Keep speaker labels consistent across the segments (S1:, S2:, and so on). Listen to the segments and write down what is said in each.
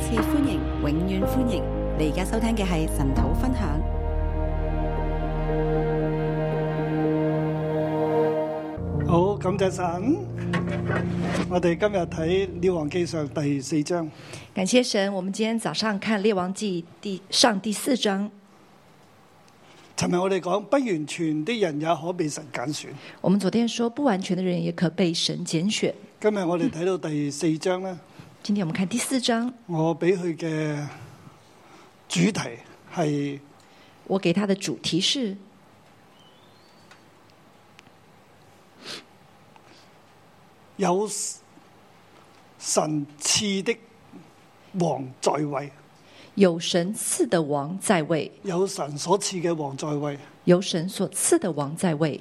S1: 次歡迎，永遠歡迎！你而家收聽嘅係神土分享。
S2: 好，感謝神。我哋今日睇《列王記上》第四章，
S3: 感谢神，我们今天早上看《列王记》第上第四章，
S2: 尋日我哋講不完全的人也可被神揀選。
S3: 我们昨天说不完全的人也可被神拣选，
S2: 今日我哋睇到第四章咧，
S3: 今天我们看第四章，
S2: 我俾佢嘅主題係
S3: 我给他的主题是
S2: 有神賜的王在位，
S3: 有神赐的王在位，
S2: 有神所賜嘅王在位，
S3: 有神所赐的王在位，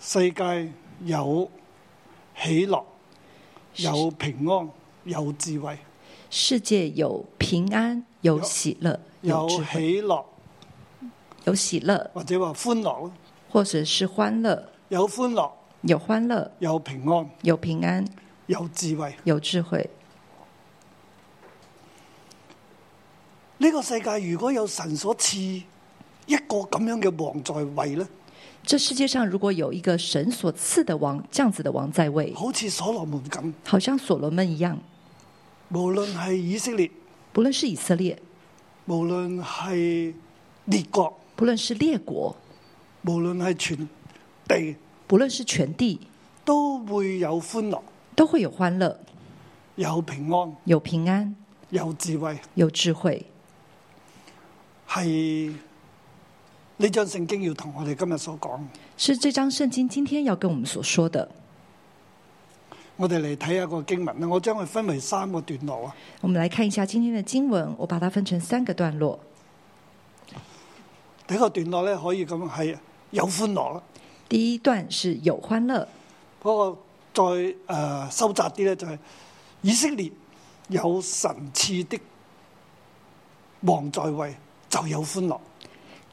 S2: 世界有喜樂，有平安，有智慧，
S3: 世界有平安，有喜乐，
S2: 有
S3: 有智慧，
S2: 喜樂
S3: 有喜乐，
S2: 或者話歡樂啦
S3: 或者是欢乐，
S2: 有歡樂。
S3: 有欢乐，
S2: 有平安，
S3: 有平安，
S2: 有智慧。
S3: 有智慧。
S2: 呢、個世界如果有神所賜一個咁樣嘅王在位呢，
S3: 这世界上如果有一个神所赐的王，这样子的王在位，
S2: 好似所羅門咁，
S3: 好像所罗门一样，
S2: 無論係以色列，
S3: 不论是以色列，
S2: 無論係列國，
S3: 不论是列国，
S2: 無論係全地，
S3: 不论是全地，
S2: 都會有歡樂，
S3: 都会有欢乐、
S2: 有平安，
S3: 有平安、
S2: 有智慧。
S3: 有智慧。
S2: 係呢張聖經要同我哋今日所講，
S3: 是这张圣经今天要跟我们所说的。
S2: 我哋嚟睇下個經文啦。我將佢分為三個段落啊。
S3: 我们来看一下今天的经文，我把它分成三个段落。
S2: 第一個段落呢，可以咁係有歡樂啦。
S3: 第一段是有欢乐，
S2: 嗰個再誒、呃收窄啲咧，就係、以色列有神賜的王在位，就有歡樂。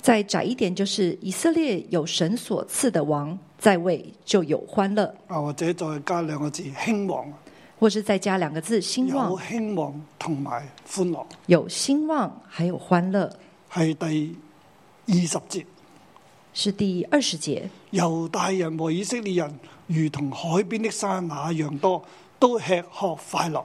S3: 再窄一点就是以色列有神所赐的王在位，就有欢乐，
S2: 啊，或者再加兩個字興旺，
S3: 或是再加两个字兴
S2: 有
S3: 旺，
S2: 興旺同埋歡樂，
S3: 有兴旺，还有欢乐，
S2: 係第二十節。
S3: 是第二十节。
S2: 猶大人和以色列人如同海邊的山那樣多，都吃喝快樂。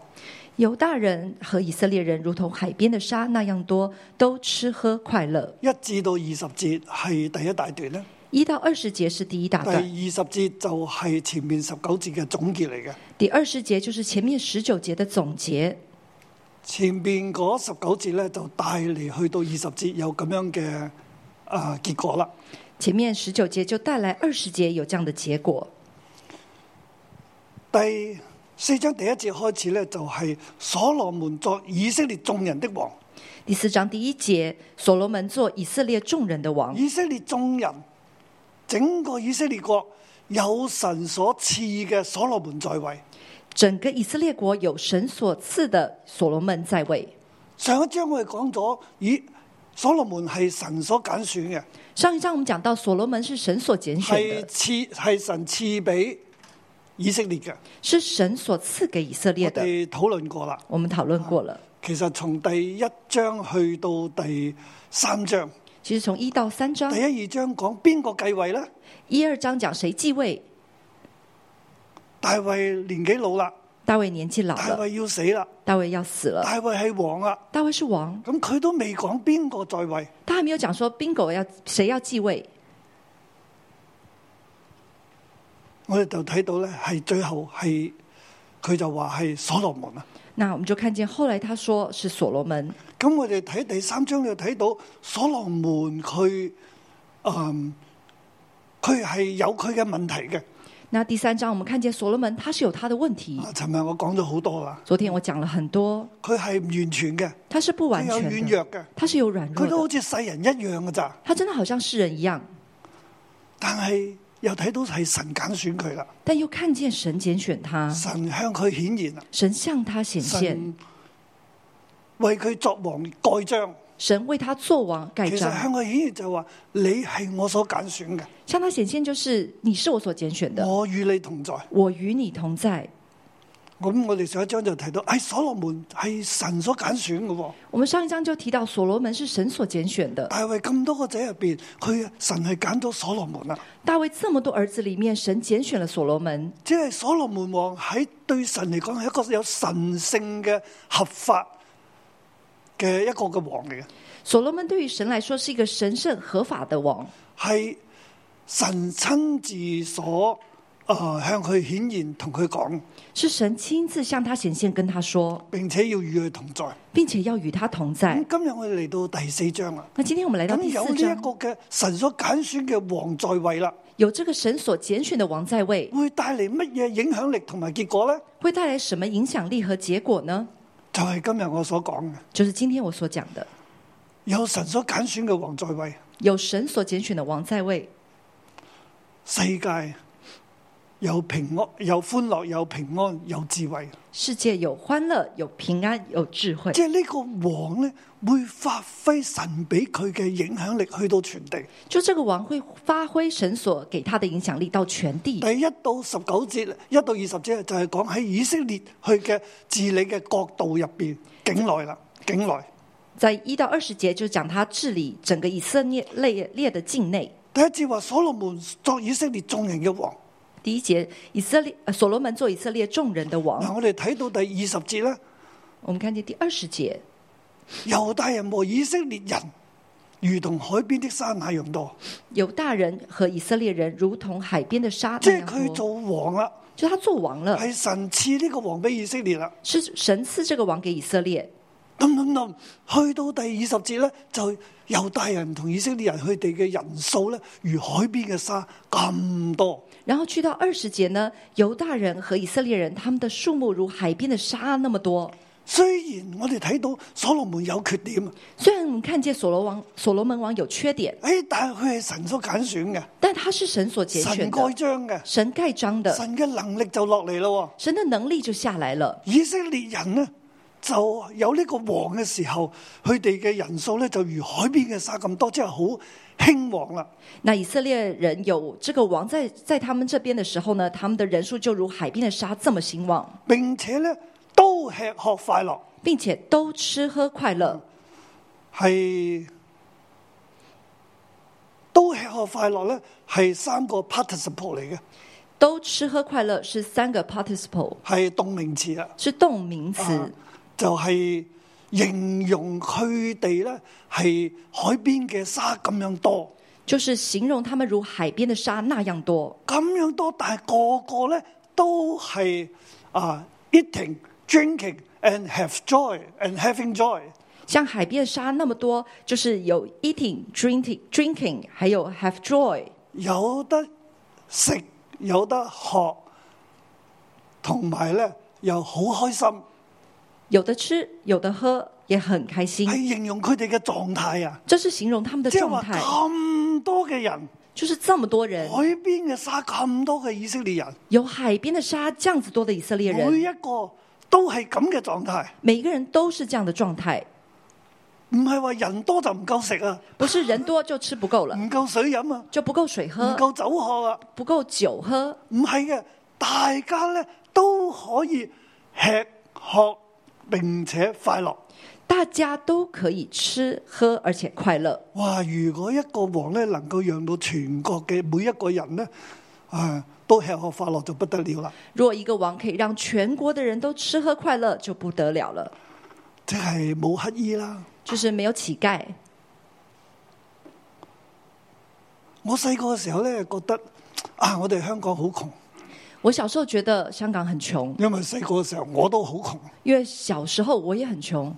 S3: 犹大人和以色列人如同海边的沙那样多，都吃喝快乐。
S2: 一至到二十節係第一大段咧，
S3: 一到二十节是第一大
S2: 第二
S3: 段，
S2: 十節就係前面十九節嘅總結嚟嘅。
S3: 第二十节就是前面十九节的总结。
S2: 前邊嗰十九節咧就帶嚟去到二十節有咁樣嘅啊、呃、結果啦。
S3: 前面十九节就带来二十节有这样的结果。
S2: 第四章第一節開始咧就係、所羅門作以色列眾人的王，
S3: 第四章第一节，所罗门做以色列众人的王，
S2: 以色列眾人整個以色列國有神所賜嘅所羅門在位。
S3: 整个以色列国有神所赐的所罗门在位。
S2: 上一章我哋講咗，以所羅門係神所揀選嘅，
S3: 上一章我们讲到，所罗门是神所拣选
S2: 係
S3: 的，
S2: 賜係神賜俾以色列嘅。
S3: 是神所赐给以色列
S2: 我
S3: 的。
S2: 哋討論過啦。
S3: 我们讨论过了。
S2: 其實從第一章去到第三章，
S3: 其实从一到三章
S2: 第，一二章講邊個繼位呢？
S3: 一二章讲谁继位，
S2: 大衛年紀老啦，
S3: 大卫年纪老嗯
S2: 大
S3: 了，
S2: 衛要死啦，
S3: 大卫要死了，
S2: 大衛係王啦，
S3: 大卫是王，
S2: 咁佢都未講邊個在位，
S3: 他还没有讲说 bingo 要谁要继位，
S2: 我哋就睇到呢，係最後係佢就話係所羅門啊。
S3: 那我们就看见后来他说是所罗门。
S2: 咁我哋睇第三章就睇到所羅門佢，嗯，佢係有佢嘅問題嘅。
S3: 那第三章我们看见所罗门他是有他的问题，
S2: 啊，尋日我講咗好多啦，
S3: 昨天我讲了很多，
S2: 佢係唔完全嘅，
S3: 他是不完
S2: 佢有
S3: 全
S2: 軟
S3: 的，
S2: 弱嘅。
S3: 他是有软弱
S2: 佢都好
S3: 的，
S2: 似世人一樣嘅咋，
S3: 他真的好像世人一样，
S2: 但係又睇到係神揀選佢啦，
S3: 但又看见神拣选他，
S2: 神向佢顯現啦，
S3: 神向他显现，
S2: 神為佢作王蓋章。
S3: 神为他做王盖
S2: 其實
S3: 章，
S2: 向佢顯現就話：你係我所揀選嘅，
S3: 向他显现就是你是我所拣选的，
S2: 我與你同在。
S3: 我与你同在。
S2: 咁我哋上一章就提到，哎，所羅門係神所揀選嘅喎，
S3: 我们上一章就提到所罗门是神所拣选的，
S2: 大衛咁多個仔入邊，佢神係揀咗所羅門啦。啊
S3: 大卫这么多儿子里面，神拣选了所罗门，
S2: 即係所羅門王喺對神嚟講係一個有神性嘅合法嘅一個嘅王嚟嘅，
S3: 所罗门对于神来说是一个神圣合法的王，
S2: 係神親自所诶、呃向佢顯現，同佢講，
S3: 是神亲自向他显现，跟他说，
S2: 並且要與佢同在。咁、
S3: 并且要与他同在。
S2: 今日我哋嚟到第四章啦，
S3: 那今天我们来到
S2: 咁
S3: 第
S2: 有
S3: 四
S2: 呢
S3: 章
S2: 一，個嘅神所揀選嘅王在位啦，
S3: 有这个神所拣选的王在位，
S2: 會帶嚟乜嘢影響力同埋結果呢？
S3: 会带来什么影响力和结果呢？
S2: 就係今日我所講嘅，
S3: 就是今天我所讲的，
S2: 有神所揀選嘅王在位，
S3: 有神所拣选的王在位，
S2: 世界有平安、有歡樂、有平安、有智慧。
S3: 世界有欢乐，有平安，有智慧
S2: 即。係呢個王咧，會發揮神俾佢嘅影響力，去到全地。
S3: 就这个王会发挥神所给他的影响力到全地。
S2: 第一到十九節，一到二十節就係講喺以色列去嘅治理嘅國度入邊境內啦，境內。
S3: 在一到二十节就讲他治理整个以色列列列的境内。
S2: 第一節話所羅門作以色列眾人嘅王。
S3: 第一节，以色列呃所罗门做以色列众人的王。
S2: 嗱，我哋睇到第二十節咧，
S3: 我们看见第二十节，
S2: 猶大人和以色列人如同海邊的沙那樣多，
S3: 犹大人和以色列人如同海边的沙
S2: 即
S3: 那
S2: 係
S3: 样
S2: 佢
S3: 多，
S2: 做王啦，
S3: 就他做王了，
S2: 係神賜呢個王俾以色列啦。
S3: 是神赐这个王给以色列。
S2: 咁咁咁，去到第二十節咧，就猶大人同以色列人佢哋嘅人數咧，如海邊嘅沙咁多。
S3: 然后去到二十节呢，犹大人和以色列人他们的数目如海边的沙那么多。
S2: 雖然我哋睇到所羅門有缺點，
S3: 虽然我们看见所罗王所罗门王有缺点，
S2: 诶，但係佢係神所揀選嘅，
S3: 但他是神所拣选
S2: 神
S3: 的
S2: 蓋，章嘅，
S3: 神盖章的，
S2: 神嘅能力就落嚟咯。
S3: 神的能力就下来了。
S2: 以色列人呢，就有呢個王嘅時候，佢哋嘅人數咧就如海邊嘅沙咁多，即係好興旺啦。
S3: 那以色列人有这个王在在他们这边的时候呢，他们的人数就如海边的沙这么兴旺，
S2: 並且咧都吃喝快樂。
S3: 并且都吃喝快乐，
S2: 係都吃喝快樂咧，係三個 participle 嚟嘅，
S3: 都吃喝快乐是三个 participle，
S2: 係動名詞啊，
S3: 是动名词，
S2: 啊就係、形容佢哋咧係海邊嘅沙咁樣多，
S3: 就是形容他们如海边的沙那样多，
S2: 咁樣多，但係個個咧都係啊 eating、drinking and have joy and having joy，
S3: 像海边的沙那么多，就是有 eating、drinking、drinking，还有 have joy，
S2: 有得食，有得喝，同埋咧又好開心。
S3: 有的吃，有的喝，也很开心。
S2: 系形容佢哋嘅狀態啊，
S3: 这是形容他们的
S2: 即係
S3: 状
S2: 話
S3: 态，
S2: 咁多嘅人，
S3: 就是这么多人，
S2: 海邊嘅沙咁多嘅以色列人，
S3: 有海边的沙，这样子多的以色列
S2: 每
S3: 人，
S2: 一個都係咁嘅狀態，
S3: 每个人都是这样的状态，
S2: 唔係話人多就唔夠食啊，
S3: 不是人多就吃不够了，
S2: 唔夠水飲啊，
S3: 就不够水
S2: 唔
S3: 喝，
S2: 夠酒喝啊，
S3: 不够酒喝，
S2: 唔係嘅，大家咧都可以吃喝並且快樂。
S3: 大家都可以吃喝，而且快乐。
S2: 哇！如果一個王咧能夠讓到全國嘅每一個人咧，啊都吃喝快樂就不得了啦，
S3: 若一个王可以让全国的人都吃喝快乐，就不得了了，
S2: 即係冇乞衣啦。
S3: 就是没有乞丐。
S2: 我細個嘅時候咧，覺得啊，我哋香港好窮，
S3: 我小时候觉得香港很穷，
S2: 因為細個嘅時候我都好窮。
S3: 因为小时候我也很穷，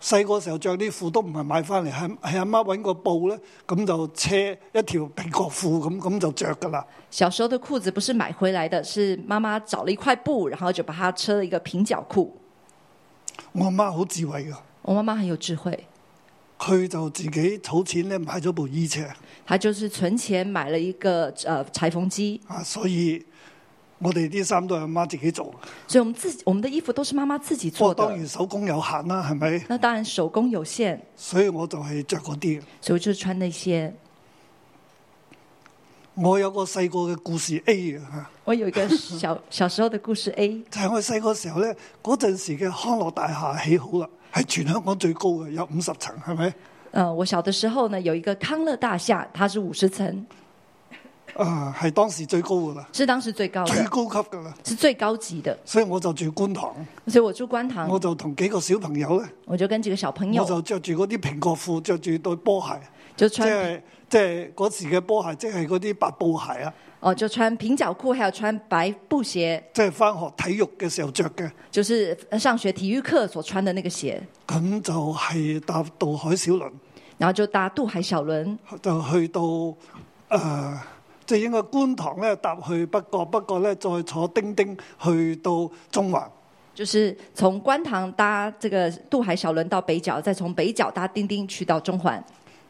S2: 細個嘅時候着啲褲都唔係買翻嚟，係係阿媽揾個布咧，咁就車一條平角褲咁，咁就着噶啦。
S3: 小时候的裤子不是买回来的，是妈妈找了一块布，然后就把它车了一个平角裤。
S2: 我阿媽好智慧噶，
S3: 我妈妈很有智慧，
S2: 佢就自己儲錢咧買咗部衣車
S3: 她就是存钱买了一个呃裁缝机，
S2: 啊，所以我哋啲衫都係阿媽自己做。
S3: 所以我们自己我们的衣服都是妈妈自己
S2: 我
S3: 做
S2: 當
S3: 的
S2: 然。手工有限啦，係咪？
S3: 那当然手工有限，
S2: 所以我就係着嗰啲。
S3: 所以我就穿那些。
S2: 我有個細個嘅故事 A 嘅嚇，
S3: 我有 一个小小時候的故事 A，
S2: 就係、我細個時候咧，嗰陣時嘅康樂大廈起好啦，係全香港最高嘅，有五十層，係咪？
S3: 呃，我小的時候呢有一個康樂大廈，它是五十層，
S2: 啊，係當時最高噶啦，
S3: 是當時最高
S2: 最
S3: 的，
S2: 高級噶啦，
S3: 是最高級的，
S2: 所以我就住觀塘，
S3: 所以我住觀塘
S2: 我，就同幾個小朋友咧，
S3: 我就跟幾個小啊朋
S2: 我
S3: 友
S2: 就着住嗰啲蘋果褲，着住對波鞋，
S3: 就
S2: 即
S3: 穿
S2: 係即係嗰時嘅波鞋，即係嗰啲白布鞋啊，
S3: 哦就穿平角褲，還有穿白布鞋，
S2: 即係翻學體育嘅時候着嘅，
S3: 就是上學體育課所穿的那個鞋，
S2: 咁就係搭到海小輪。
S3: 然後就搭渡海小輪，
S2: 就去到誒、呃即係應該觀塘咧搭去北角，北角咧再坐叮叮去到中環，
S3: 就是從觀塘搭這個渡海小輪到北角，再從北角搭叮叮去到中環，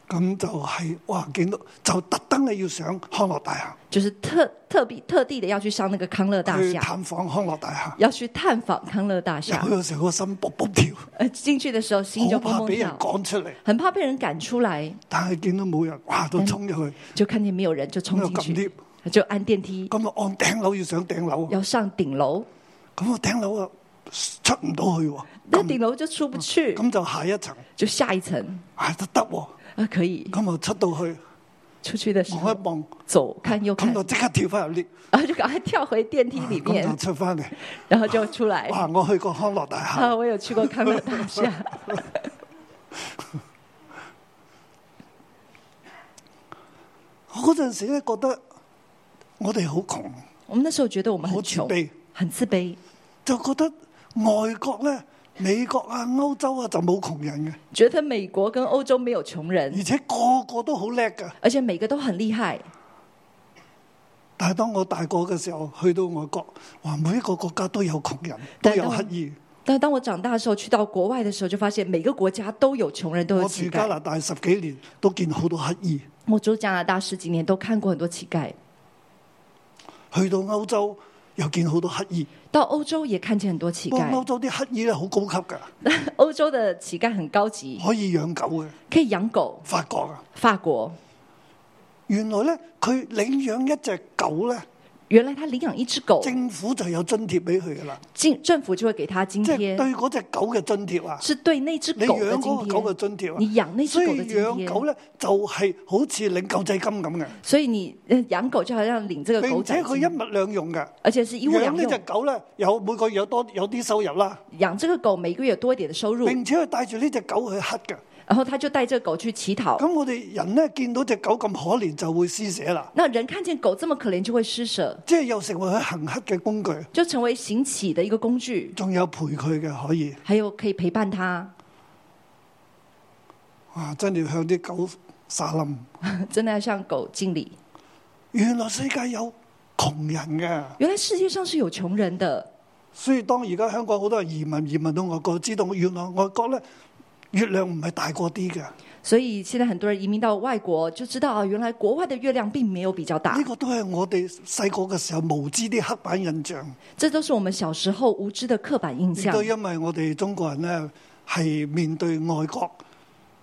S2: 咁就係、哇見到就特登你要上康樂大廈
S3: 就是特特別特地的要去上那個康樂大
S2: 去
S3: 廈，
S2: 探訪康樂大廈。
S3: 要去探訪康樂 大廈
S2: 入去。嘅時候個心卜卜跳，
S3: 呃，進去的時候心就
S2: 好
S3: 砰
S2: 怕
S3: 砰
S2: 俾人
S3: 跳，
S2: 趕出嚟，
S3: 很怕被人趕出來，
S2: 但係見到冇人，哇都衝入去，
S3: 就看見沒有人就衝
S2: 咁又
S3: 進
S2: 撳
S3: 去，
S2: lift，
S3: 就按電梯
S2: 咁啊按頂樓要上頂樓，啊
S3: 要上頂樓，
S2: 咁我頂樓啊出唔到去喎，
S3: 但頂樓就出不去，
S2: 咁就下一層，
S3: 就下一層
S2: 啊都得喎，
S3: 啊，可以
S2: 咁啊出到去，
S3: 出去的時
S2: 望
S3: 候
S2: 一望，
S3: 左看右看
S2: 咁就，即刻跳翻入 lift。
S3: 然後就趕快跳回電梯裡
S2: 咁就
S3: 面，
S2: 出翻嚟。
S3: 然後就出來。
S2: 哇！我去過康樂大廈，
S3: 啊，我有去過康樂大廈，
S2: 我嗰陣時咧覺得我哋好窮，
S3: 我們那時候覺得我們
S2: 好
S3: 很
S2: 自
S3: 窮，
S2: 卑，
S3: 很自卑，
S2: 就覺得外國咧、美國啊、歐洲啊就冇窮人嘅，
S3: 覺得美國跟歐洲沒有窮人，
S2: 而且個個都好叻㗎。
S3: 而且每個都很厲害。
S2: 但係當我大個嘅時候，去到外國，哇！每一個國家都有窮人，都
S3: 但係
S2: 有
S3: 當
S2: 乞兒。
S3: 但當我長大的時候，去到國外的時候，就發現每個國家都有窮人，都有
S2: 我
S3: 乞
S2: 住加
S3: 丐。
S2: 拿大十幾年，都見好多乞兒。
S3: 我住加拿大十幾年，都看過很多乞丐，
S2: 去到歐洲又見好多乞兒。
S3: 到歐洲也看見很多乞
S2: 不過歐
S3: 丐。
S2: 洲啲乞兒咧好高級㗎，
S3: 歐洲的乞丐很高級，
S2: 可以養狗嘅，
S3: 可以養狗。
S2: 法國啊。
S3: 法國
S2: 原來咧，佢領養一隻狗咧，
S3: 原來他領養一隻狗，
S2: 政府就有津貼俾佢噶啦，
S3: 政政府就會給他津
S2: 即係
S3: 貼，
S2: 對嗰隻狗嘅津貼啊，
S3: 是對那隻
S2: 你
S3: 狗的
S2: 養
S3: 津
S2: 嗰個狗
S3: 貼
S2: 嘅。津貼啊，
S3: 你養那
S2: 所以
S3: 隻狗的津
S2: 養狗
S3: 貼，
S2: 咧就係好似領狗仔金咁嘅，
S3: 所以你呃養狗就好像領這個狗
S2: 並且
S3: 仔
S2: 佢
S3: 金
S2: 一，物兩用嘅。
S3: 而且是一物
S2: 養
S3: 兩
S2: 呢隻
S3: 用。
S2: 狗咧，有每個月有多有啲收入啦，
S3: 養這個狗每個月有多一點的收入，
S2: 並且佢帶住呢隻狗去乞嘅。
S3: 然後他就帶這個狗去乞討。
S2: 咁我哋人咧見到隻狗咁可憐，就會施捨啦，
S3: 那人看見狗這麼可憐，就會施捨，
S2: 即係又成為佢行乞嘅工具，
S3: 就成為行乞的一個工具，
S2: 仲有陪佢嘅可以。
S3: 還有可以陪伴他。
S2: 哇！真係要向啲狗撒冧。
S3: 真的要向狗敬禮。
S2: 原來世界有窮人嘅，
S3: 原來世界上是有窮人的，
S2: 所以當而家香港好多人移民移民到外國，知道原來外國咧月亮唔係大過啲嘅，呢、
S3: 所以現在很多人移民到外國，就知道啊，原來國外的月亮並沒有比較大
S2: 個。都係我哋細個嘅時候無知啲黑板印象，
S3: 這都是我們小時候無知的刻板印
S2: 亦
S3: 象
S2: 都。因為我哋中國人咧係面對外國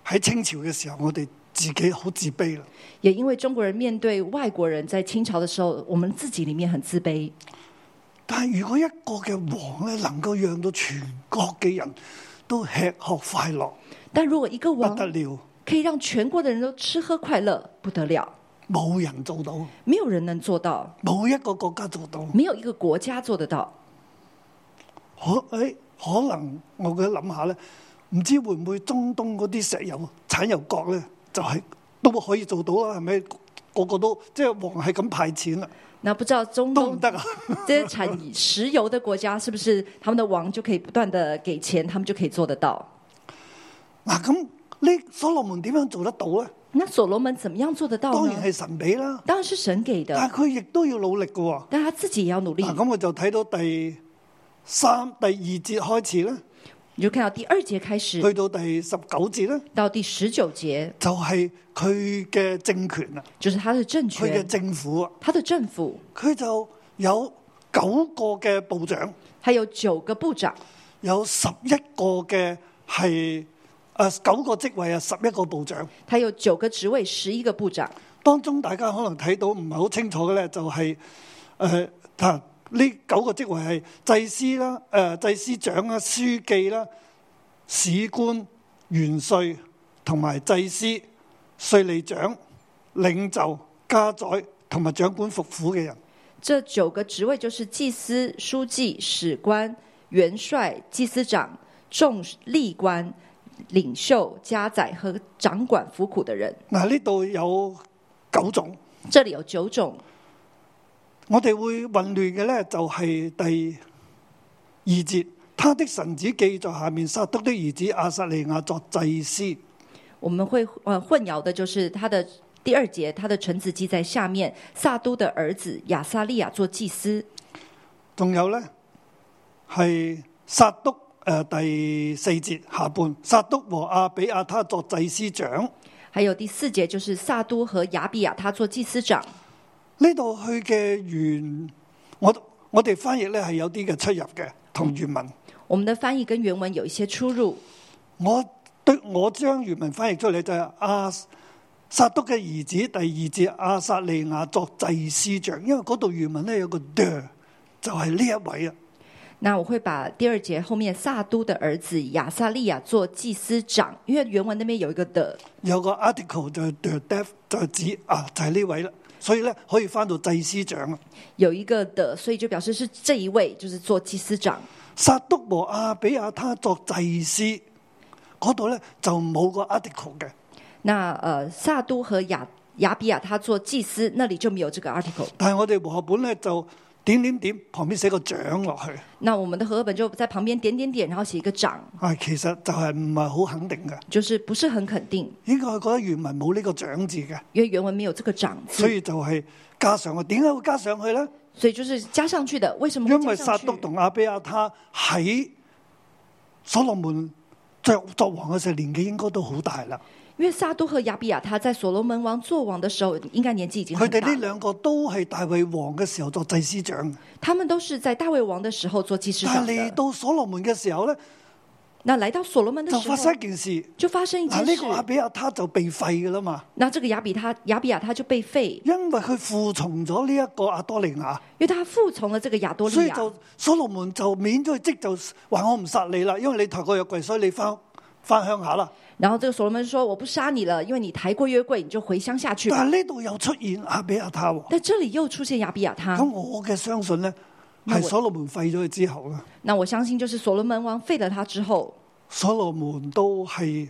S2: 喺清朝嘅時候，我哋自己好自卑啦。
S3: 也因為中國人面對外國人，在清朝的時候，我們自己裡面很自卑。
S2: 但係如果一個嘅王咧能夠讓到全國嘅人都吃喝快樂，
S3: 但如果一個
S2: 不
S3: 王
S2: 得了，
S3: 可以讓全國的人都吃喝快樂，不得了，
S2: 冇人做到，
S3: 沒有人能做到，
S2: 冇一個國家做到。
S3: 沒有一個國家做得到。
S2: 可誒，可能我嘅諗下咧，唔知會唔會中東嗰啲石油產油國咧，就係、都可以做到啦，係咪？個個都即係王係咁派錢啦，
S3: 那不知道中
S2: 都唔
S3: 東
S2: 得啊！
S3: 這些產石油的國家，是不是他們的王就可以不斷的給錢，他們就可以做得到？
S2: 嗱，啊咁呢所羅門點樣做得到咧？
S3: 那所羅門怎麼樣做得到
S2: 當然
S3: 呢？
S2: 係神俾啦，
S3: 當然是神給
S2: 但
S3: 的，
S2: 係佢亦都要努力嘅喎。
S3: 但他自己也要努力。
S2: 嗱，咁我就睇到第三、第二節開始咧，
S3: 你就看到第二節開始
S2: 去到第十九節咧，
S3: 到第十九節，
S2: 就係佢嘅政權啦，
S3: 就是他的政
S2: 佢嘅
S3: 權，
S2: 政府啊，
S3: 他的政府，
S2: 佢就有九個嘅部長。
S3: 他有九個部長，
S2: 有十一個嘅係誒九個職位啊，十一個部長。
S3: 他有九個職位，十一個部長。
S2: 當中大家可能睇到唔係好清楚嘅咧，就係誒嗱呢九個職位係祭司啦、誒、呃祭司長啦、書記啦、史官、元帥同埋祭司、稅吏長、領袖、家宰同埋掌管服苦嘅人。
S3: 这九个职位就是祭司、书记、史官、元帅、祭司长、众吏官、领袖、家宰和掌管服苦的人。
S2: 嗱，呢度有九種，
S3: 这里有九种，
S2: 我哋會混亂嘅咧，就係第二節，他的神子記在下面，撒督的兒子亞撒利亞作祭司。
S3: 我们会呃混淆的就是他的第二节，他的臣子记在下面，撒都的儿子亚撒利亚做祭司，
S2: 仲有咧係撒督诶、呃第四節下半，撒督和阿比亞他作祭司長。
S3: 还有第四节就是撒都和亚比亚他做祭司长。
S2: 呢度佢嘅原我我哋翻譯咧係有啲嘅出入嘅，同原文。
S3: 我们的翻译跟原文有一些出入。
S2: 我對我將原文翻譯出嚟就係阿撒督嘅兒子第二節阿撒利亞作祭司長，因為嗰度原文咧有個 d 就係呢一位啊。
S3: 那我会把第二节后面撒都的儿子亚撒利亚做祭司长，因为原文那边有一个的，
S2: 有個 article 就係 the death 就係指啊就係呢位啦，所以咧可以翻到祭司長啊。
S3: 有一个的，所以就表示是这一位就是做祭司长。
S2: 撒督和阿比亞他作祭司嗰度咧就冇個 article 嘅，
S3: 那呃，撒都和亚亚比亚他做祭司，那里就没有这个 article。
S2: 但係我哋和合本咧就點點點旁邊寫個長落去
S3: 那我们的和合本就在旁边点点点，然后写一个长，
S2: 啊，其實就係唔係好肯定嘅。
S3: 就是不是很肯定，
S2: 應該係覺得原文冇呢個長字嘅，
S3: 因为原文没有这个长
S2: 所
S3: 字，
S2: 以就係加上去。點解會加上去咧？
S3: 所以就是加上去的。为什么
S2: 因
S3: 会
S2: 為
S3: 加
S2: 撒
S3: 上去
S2: 督？同阿比亞他喺所羅門作作王嘅時候年紀應該都好大啦。
S3: 因为撒都和亚比亚他在所罗门王做王的时候，应该年纪已经
S2: 佢
S3: 很
S2: 哋
S3: 大
S2: 呢
S3: 了。
S2: 兩個都係大衛王嘅時候作祭司長，
S3: 他们都是在大卫王的时候做祭司
S2: 但
S3: 长
S2: 係嚟
S3: 的。
S2: 到所羅門嘅時候咧，
S3: 那来到所罗门的
S2: 就
S3: 时候
S2: 發，生一件事。
S3: 就發生一
S2: 嗱，
S3: 件
S2: 呢
S3: 事
S2: 個。阿比亞他就被廢噶啦嘛，
S3: 那这个亚比他亚比亚他就被废，
S2: 因為佢服從咗呢一個阿多利亞，
S3: 因为他服从了这个亚多
S2: 所
S3: 利
S2: 以
S3: 亚，
S2: 就所羅門就免咗佢職，就話我唔殺你啦，因為你抬過約櫃，所以你翻翻鄉下啦。
S3: 然后这个所罗门说：“我不杀你了，因为你抬过约柜，你就回乡下去吧。
S2: 但係呢度又出現阿比亞他喎，”
S3: 但这里又出现亚比亚他，
S2: 咁我嘅相信咧係所羅門廢咗佢之後咧，
S3: 那我相信就是所罗门王废了他之后，
S2: 所羅門都係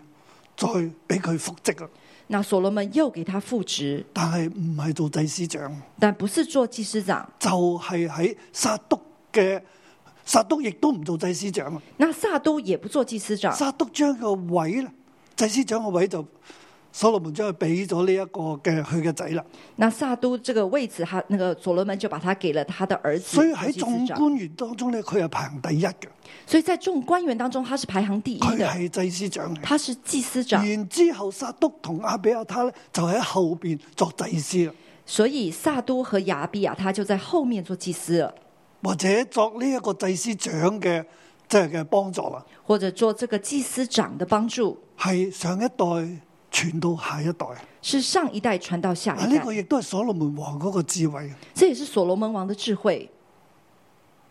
S2: 再俾佢復職啊，
S3: 那所罗门又给他复职，
S2: 但係唔係做祭司長。
S3: 但不是做祭司长。
S2: 就係喺撒督嘅撒督，亦都唔做祭司長啊！
S3: 那撒都也不做祭司长，
S2: 撒督將個位咧，祭司長個位就所羅門將佢俾咗呢一個嘅佢嘅仔啦。
S3: 那撒都这个位置，他那个所罗门就把他给了他的儿子
S2: 所以
S3: 做
S2: 喺
S3: 祭司
S2: 眾
S3: 长。
S2: 官員當中咧，佢係排行第一嘅，
S3: 所以在众官员当中，他是排行第一
S2: 佢
S3: 的，
S2: 係祭司長嚟。
S3: 他是祭司长。
S2: 然之後，撒督同阿比亞他咧就喺後邊作祭司啦，
S3: 所以撒都和亚比亚他就在后面做祭司了，
S2: 或者作呢一個祭司長嘅即係嘅幫助啦，
S3: 或者做这个祭司长的帮助，
S2: 係上一代傳到下一代。
S3: 是上一代传到下
S2: 嗱，
S3: 一
S2: 呢
S3: 代
S2: 個。亦都係所羅門王嗰個智慧。
S3: 这也是所罗门王的智慧，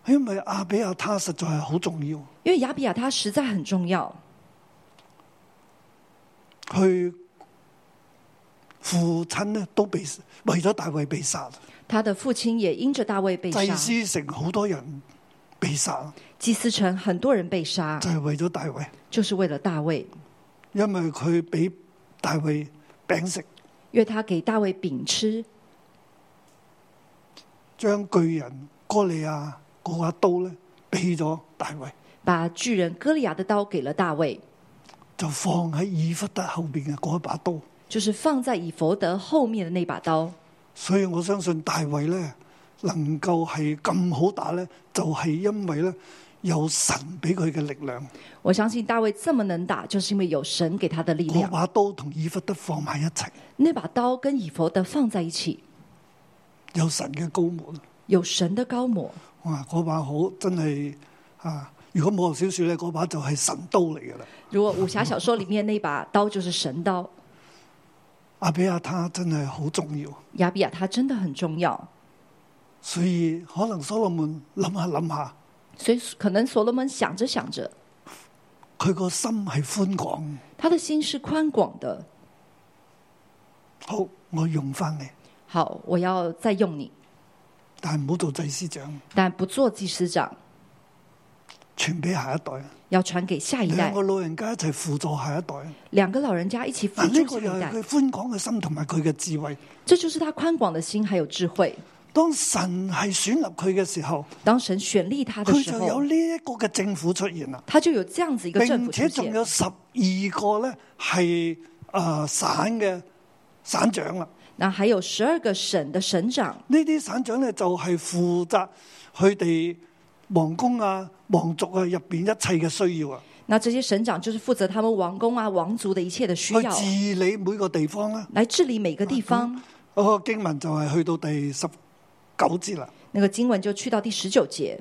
S2: 因为阿比亞他實在係好重要，
S3: 因为亚比亚他实在很重要，
S2: 佢父親咧都被為咗大衛被殺，
S3: 他的父亲也因着大卫被
S2: 祭
S3: 杀，
S2: 司城好多人被殺，
S3: 祭司城很多人被杀
S2: 就，係為咗大衛，
S3: 就是为了大卫，
S2: 因為佢俾大衛餅食，
S3: 因为他给大卫饼吃，
S2: 將巨人哥利亞嗰把刀咧俾咗大衛，
S3: 把巨人歌利亚的刀给了大卫，
S2: 就放喺以弗德後边嘅嗰一把刀。
S3: 就是放在以弗德后面的那把刀。
S2: 所以我相信大衛咧能夠係咁好打咧，就係因為咧有神俾佢嘅力量。
S3: 我相信大卫这么能打，就是因为有神给他的力
S2: 嗰
S3: 量。
S2: 把刀同以弗德放埋一齊，
S3: 那把刀跟以弗德放在一起，
S2: 有神嘅高門。
S3: 有神的高抹。
S2: 哇！嗰把好真係啊！如果武俠小说咧，嗰把就係神刀嚟噶啦。
S3: 如果武侠小说里面那把刀就是神刀，
S2: 阿比亞他真係好重要，
S3: 亚比亚他真的很重要，
S2: 所以可能所羅門諗下諗下，
S3: 所以可能所罗门想着想着，
S2: 佢個心係寬廣。
S3: 他的心是宽广的。
S2: 好，我用翻你，
S3: 好，我要再用你，
S2: 但係唔好做祭司長，
S3: 但不做祭司长，
S2: 傳俾下一代。啊
S3: 要传给下一代
S2: 兩個。老人家一齊輔助下一代。啊
S3: 两个老人家一起辅
S2: 嗱，呢
S3: 助
S2: 個
S3: 下
S2: 又
S3: 一
S2: 係
S3: 代
S2: 佢，寬廣嘅心同埋佢嘅智慧。
S3: 这就是他宽广的心还有智慧。
S2: 當神係選立佢嘅時候，
S3: 当神选立他的
S2: 佢
S3: 时
S2: 就有
S3: 啊候，
S2: 呢一個嘅政府出現啦。
S3: 他就有这样子一个政
S2: 並
S3: 府
S2: 且
S3: 出
S2: 仲
S3: 现，
S2: 有十二個咧係誒省嘅省長啦。
S3: 那还有十二个省的省长，
S2: 呢啲省長咧就係負責佢哋皇宮啊、皇族啊入邊一切嘅需要啊，
S3: 那这些省长就是负责他们王宫啊、王族的一切的需
S2: 去
S3: 要，
S2: 治理每個地方啦。
S3: 来治理每个地方。
S2: 嗰個經文就係去到第十九節啦。
S3: 那个经文就去到第十九节，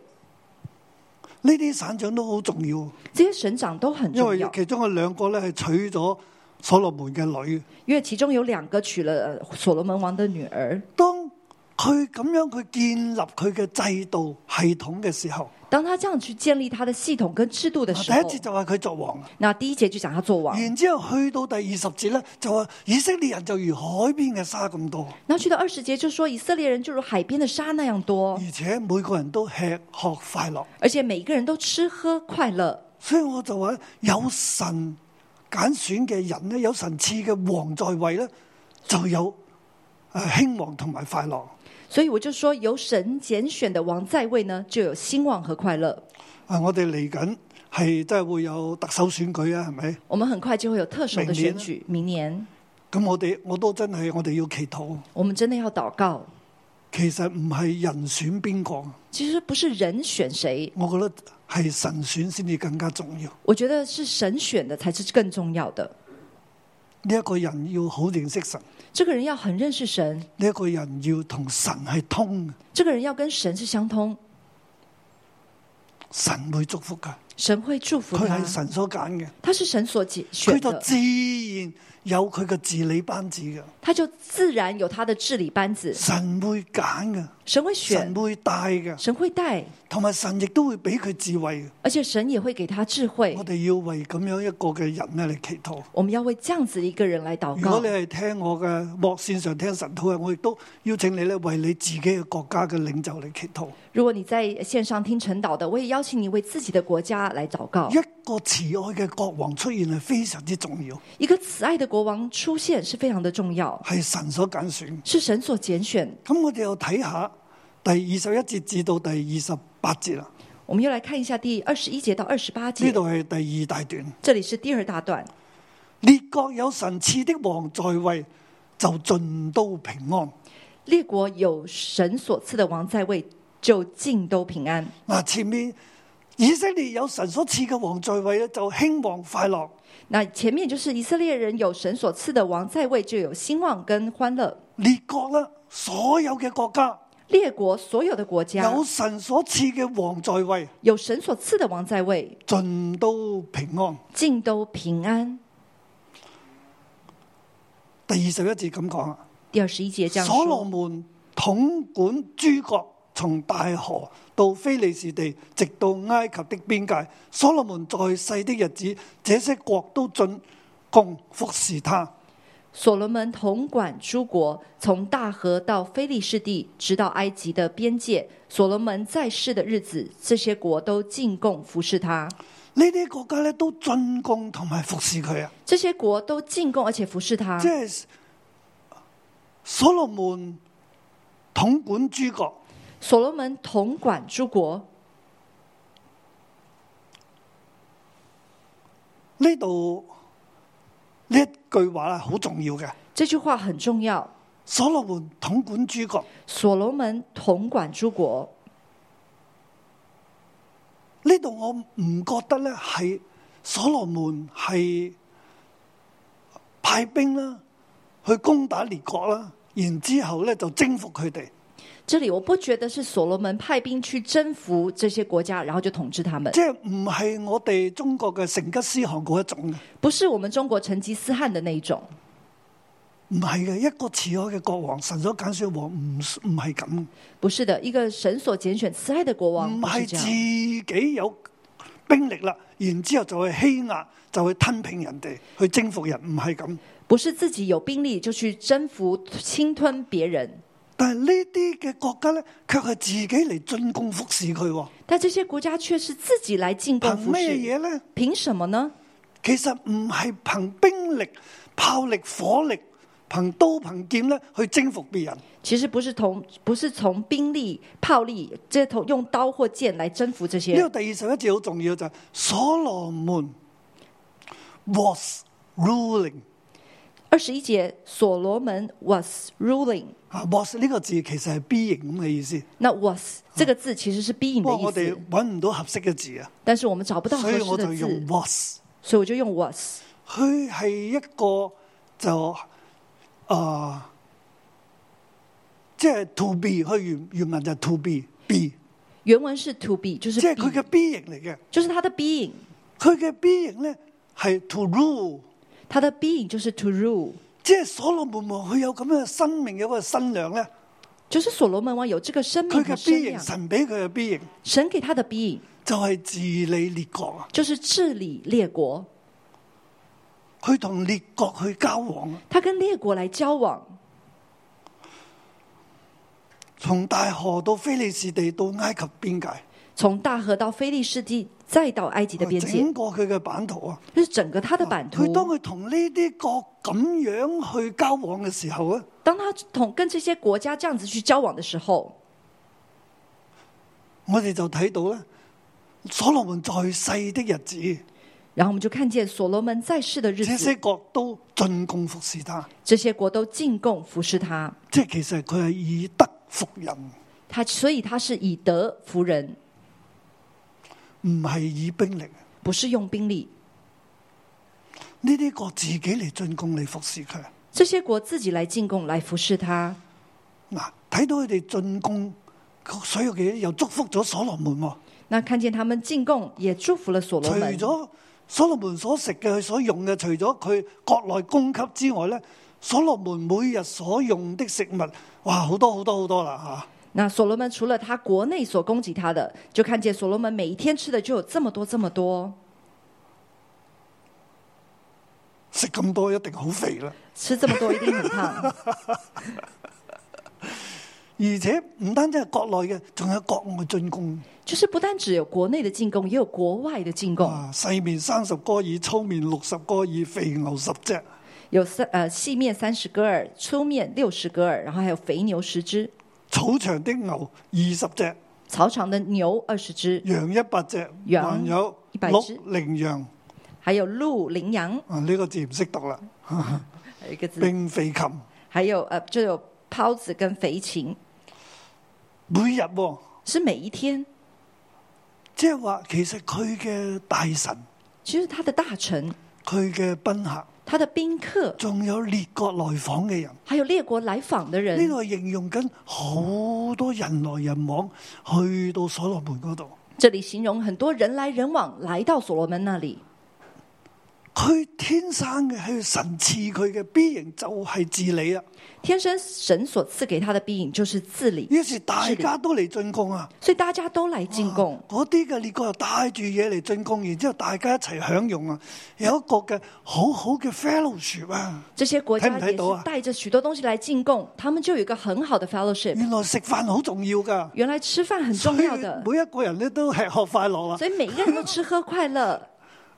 S2: 呢啲省長都好重要，
S3: 这些省长都很
S2: 因
S3: 重
S2: 為
S3: 要，
S2: 其中有兩個咧係娶咗所羅門嘅女。
S3: 因为其中有两个娶了呃所罗门王的女儿。
S2: 當佢咁樣去建立佢嘅制度系統嘅時候，
S3: 当他这样去建立他的系统跟制度的
S2: 第一
S3: 时候，
S2: 節就話佢作王啊啦。
S3: 那第一节就讲他做王，
S2: 然之後去到第二十節咧，就話以色列人就如海邊嘅沙咁多，
S3: 然后去到二十节就说以色列人就如海边的沙那样多，
S2: 而且每個人都吃喝快樂。
S3: 而且每一个人都吃喝快乐。
S2: 所以我就話有神揀選嘅人咧，有神賜嘅王在位咧，就有诶興旺同埋快樂。
S3: 所以我就说，由神拣选的王在位呢，就有兴旺和快乐。
S2: 啊，我哋嚟緊係真係會有特首選舉啊，係咪？
S3: 我们很快就会有特首的选举，明年
S2: 咁我哋我都真係我哋要祈禱。
S3: 我们真的要祷告。
S2: 其實唔係人選邊個，
S3: 其实不是人选谁，
S2: 我覺得係神選先至更加重要。
S3: 我觉得是神选的才是更重要的。
S2: 呢、一個人要好認識神。
S3: 这个人要很认识神，
S2: 呢一個人要同神係通嘅，
S3: 这个人要跟神是相通，
S2: 神會祝福噶。
S3: 神会祝福
S2: 佢
S3: 他
S2: 係。神所揀嘅，
S3: 他是神所拣
S2: 佢
S3: 选
S2: 就
S3: 的，
S2: 自然有佢嘅治理班子嘅。
S3: 他就自然有他的治理班子，
S2: 神會揀嘅，
S3: 神会
S2: 神
S3: 选，
S2: 會帶嘅，
S3: 神会带，
S2: 同埋神亦都會俾佢智慧嘅。
S3: 而且神也会给他智慧
S2: 我。哋要為咁樣一個嘅人咧嚟祈禱。
S3: 我们要为这样子一个人来祷
S2: 如果
S3: 告
S2: 你。係聽我嘅幕線上聽神討嘅，我亦都邀請你咧為你自己嘅國家嘅領袖嚟祈禱。
S3: 如果你在线上听陈导的，我也邀请你为自己的国家来祷告。
S2: 一個慈愛嘅國王出現係非常之重要，
S3: 一个慈爱的国王出现是非常的重要，
S2: 係神所揀選。
S3: 是神所拣选。
S2: 咁我哋又睇下第二十一節至到第二十八節啦，
S3: 我们又来看一下第二十一节到二十八
S2: 呢
S3: 节，
S2: 度係第二大段。
S3: 这里是第二大段。
S2: 列國有神賜的王在位，就盡都平安。
S3: 列国有神所赐的王在位，就尽都平安。
S2: 嗱，前面以色列有神所賜嘅王在位咧，就興旺快樂。
S3: 那前面就是以色列人有神所赐的王在位，就有兴旺跟欢乐。
S2: 列國咧，所有嘅國家
S3: 列国所有的国家
S2: 有神所賜嘅王在位，
S3: 有神所赐的王在位，
S2: 盡都平安。
S3: 尽都平安。
S2: 第二十一節咁講啊，
S3: 第二十一节这样
S2: 所羅
S3: 说：
S2: 門統管諸國，從大河到非利士地，直到埃及的邊界。所羅門在世的日子，這些國都進貢服侍他。
S3: 所罗门统管诸国，从大河到非利士地，直到埃及的边界。所罗门在世的日子，这些国都进贡服侍他。
S2: 呢啲國家咧都進貢同埋服侍佢啊！
S3: 这些国都进贡而且服侍他
S2: 即。係所羅門統管諸國，
S3: 所罗门统管诸国，
S2: 呢度呢一句話啊好重要嘅。
S3: 这句话很重要。
S2: 所羅門統管諸國，
S3: 所罗门统管诸国，
S2: 呢度我唔覺得咧係所羅門係派兵啦，去攻打列國啦，然之後咧就征服佢哋，
S3: 这里我不觉得是所罗门派兵去征服这些国家，然后就统治他们，
S2: 即係唔係我哋中國嘅成吉思汗嗰一種嘅，
S3: 不是我们中国成吉思汗的那一种，
S2: 唔唔係嘅，一個慈愛嘅國王，神所揀選嘅王唔唔係咁，
S3: 不是的，一个神所拣选慈爱的国王
S2: 唔
S3: 不是
S2: 係
S3: 这
S2: 自
S3: 样，
S2: 己有兵力啦，然之後就去欺壓，就去吞並人哋，去征服人，唔係咁。
S3: 不是自己有兵力就去征服、侵吞别人。
S2: 但係呢啲嘅國家咧，卻係自己嚟進攻服侍佢喎，
S3: 但这些国家却是自己来进攻
S2: 憑
S3: 服
S2: 咩
S3: 侍，
S2: 嘢咧？
S3: 凭什么呢？
S2: 其實唔係憑兵力、炮力、火力、憑刀、憑劍咧去征服別人，
S3: 其实不是从不是从兵力、炮力，这同用刀或剑来征服这些。
S2: 呢個第二十一節好重要就係所羅門 was ruling
S3: 二十一节，所罗门 was ruling。
S2: 啊，was 呢個字其實係 B 型咁嘅意思，
S3: 那 was 这个字其实是逼
S2: 不
S3: 引的
S2: 過
S3: 意
S2: 我哋
S3: 思，
S2: 揾唔到合適嘅字啊，
S3: 但是我们找不到合
S2: 所以
S3: 适
S2: 我
S3: 的
S2: 就用
S3: 字，
S2: was。
S3: 所以我就用 was。
S2: 佢係一個就啊、呃即係 to be，佢原原文就係 to be，be，
S3: 原文是 to be，就是
S2: 即係佢
S3: be，
S2: 嘅 B 型嚟嘅。
S3: 就是它的 being，
S2: 佢嘅 B 型咧係 to rule，
S3: 它的 being 就是 to rule。
S2: 即係所羅門王佢有咁嘅生命，有個新娘咧，
S3: 就是所罗门王有这个生
S2: 佢
S3: 命和
S2: 嘅
S3: 生
S2: B 型
S3: 养，
S2: 神俾佢嘅 B 型
S3: 神给他的 being
S2: 就係治理列國啊，
S3: 就是治理列国，
S2: 佢同列國去交往啊，
S3: 他跟列国来交往，
S2: 從大河到非利士地到埃及邊界，
S3: 从大河到非利士地，再到埃及的边界
S2: 整，個佢嘅版圖啊。
S3: 就是整个他的版图
S2: 佢。當佢同呢啲國咁樣去交往嘅時候咧，啊
S3: 当他同跟这些国家这样子去交往的时候，
S2: 我哋就睇到咧，所羅門在世的日子，
S3: 然后我们就看见所罗门在世的
S2: 這
S3: 日子
S2: 些，國都進貢服侍他，
S3: 这些国都进贡服侍他，
S2: 即係其實佢係以德服人，
S3: 他所以他是以德服人，
S2: 唔係以兵力。呢
S3: 不是用兵力。
S2: 啲國自己嚟進貢嚟服侍佢。
S3: 这些国自己来进贡来服侍他，
S2: 嗱，睇到佢哋進貢，所有嘅嘢又祝福咗所羅門喎。
S3: 那看见他们进贡，也祝福了所
S2: 除
S3: 罗门。
S2: 咗所羅門所食嘅、佢所用嘅，除咗佢國內供給之外咧，所羅門每日所用的食物，哇，好多好多好多啦
S3: 那所罗门除了他国内所供给他的，就看见所罗门每一天吃的就有这么多这么多，
S2: 吓，食咁多一定好肥啦。
S3: 吃这么多一定很胖。
S2: 而且唔單止係國內嘅，仲有國外進貢。
S3: 就是不但只有国内的进贡，也有国外的进贡，
S2: 啊，細面三十哥爾，粗面六十哥爾，肥牛十隻。
S3: 有三呃细面三十戈尔，粗面六十戈尔，然后还有肥牛十只，
S2: 草場的牛二十隻，
S3: 草场的牛二十只，
S2: 羊一百隻，
S3: 羊
S2: 還有
S3: 100
S2: 鹿
S3: 隻
S2: 羚羊。
S3: 还有鹿、羚羊，
S2: 啊，呢、個字唔識讀啦。
S3: 还有一个字，
S2: 並肥禽，
S3: 还有呃就有狍子跟肥禽，
S2: 每日、喎。
S3: 是每一天。
S2: 即係話，其實佢嘅大臣、
S3: 其实他的大臣、
S2: 佢嘅賓客，
S3: 他的宾客，
S2: 仲有列國來訪嘅人，
S3: 还有列国来访的人
S2: 呢，度係形容緊好多人來人往去到所羅門嗰度。
S3: 这里形容很多人来人往来到所罗门那里，
S2: 佢天生嘅係神賜佢嘅 B 型就係治理啦。
S3: 天生神所赐给他的庇荫就是自理，
S2: 於是大家都嚟進貢啊！
S3: 所以大家都来进贡。
S2: 嗰啲嘅列國又帶住嘢嚟進貢，然之後大家一齊享用啊！有一個嘅好好嘅 fellowship 啊！
S3: 这些国
S2: 睇唔
S3: 家
S2: 睇
S3: 也
S2: 到啊
S3: 是带着许多东西来进贡，他们就有一个很好的 fellowship。
S2: 原來食飯好重要㗎，
S3: 原来吃饭很
S2: 嗯所以
S3: 重要的，
S2: 每一個人咧都吃喝快樂啦。
S3: 所以每一个人都吃喝快 乐，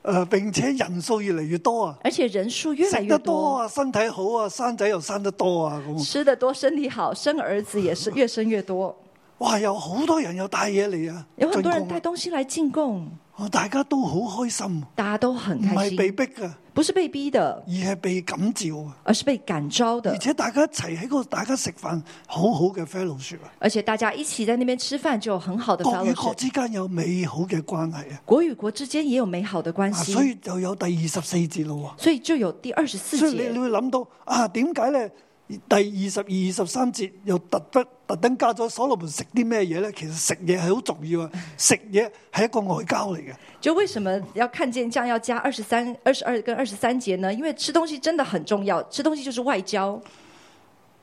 S2: 诶、并且人數越嚟越多啊，
S3: 而且人数越来
S2: 食
S3: 越
S2: 得多，啊，身體好啊，生仔又生得多啊，咁
S3: 吃得多身体好，生儿子 也是越生越多。
S2: 哇，有好多人又帶嘢嚟啊，
S3: 有很多人
S2: 進貢
S3: 带
S2: 啊
S3: 东西来进贡，
S2: 哦大家都好開心，
S3: 大家都很
S2: 唔
S3: 开
S2: 係被嗯
S3: 心，
S2: 逼噶，
S3: 不是被逼的，
S2: 而係被感召啊，
S3: 而是被感召的
S2: 而。且大家一齊喺嗰度，大家食飯，好好嘅 fellowship 啊，
S3: 而且大家一起在那边吃饭，就有很好的
S2: 國與國
S3: fellowship。
S2: 之間有美好嘅關係啊，
S3: 国与国之间也有美好的关
S2: 啊
S3: 系，
S2: 所以就有第二十四節咯喎。
S3: 所以就有第二十四
S2: 所以你你
S3: 节。
S2: 會諗到啊，點解咧？第二十二、二十三節又特登特登加咗所羅門食啲咩嘢咧？其實食嘢係好重要 啊！食嘢係一個外交嚟嘅。
S3: 就为什么要看见这样要加二十三、二十二跟二十三节呢？因为吃东西真的很重要，吃东西就是外交。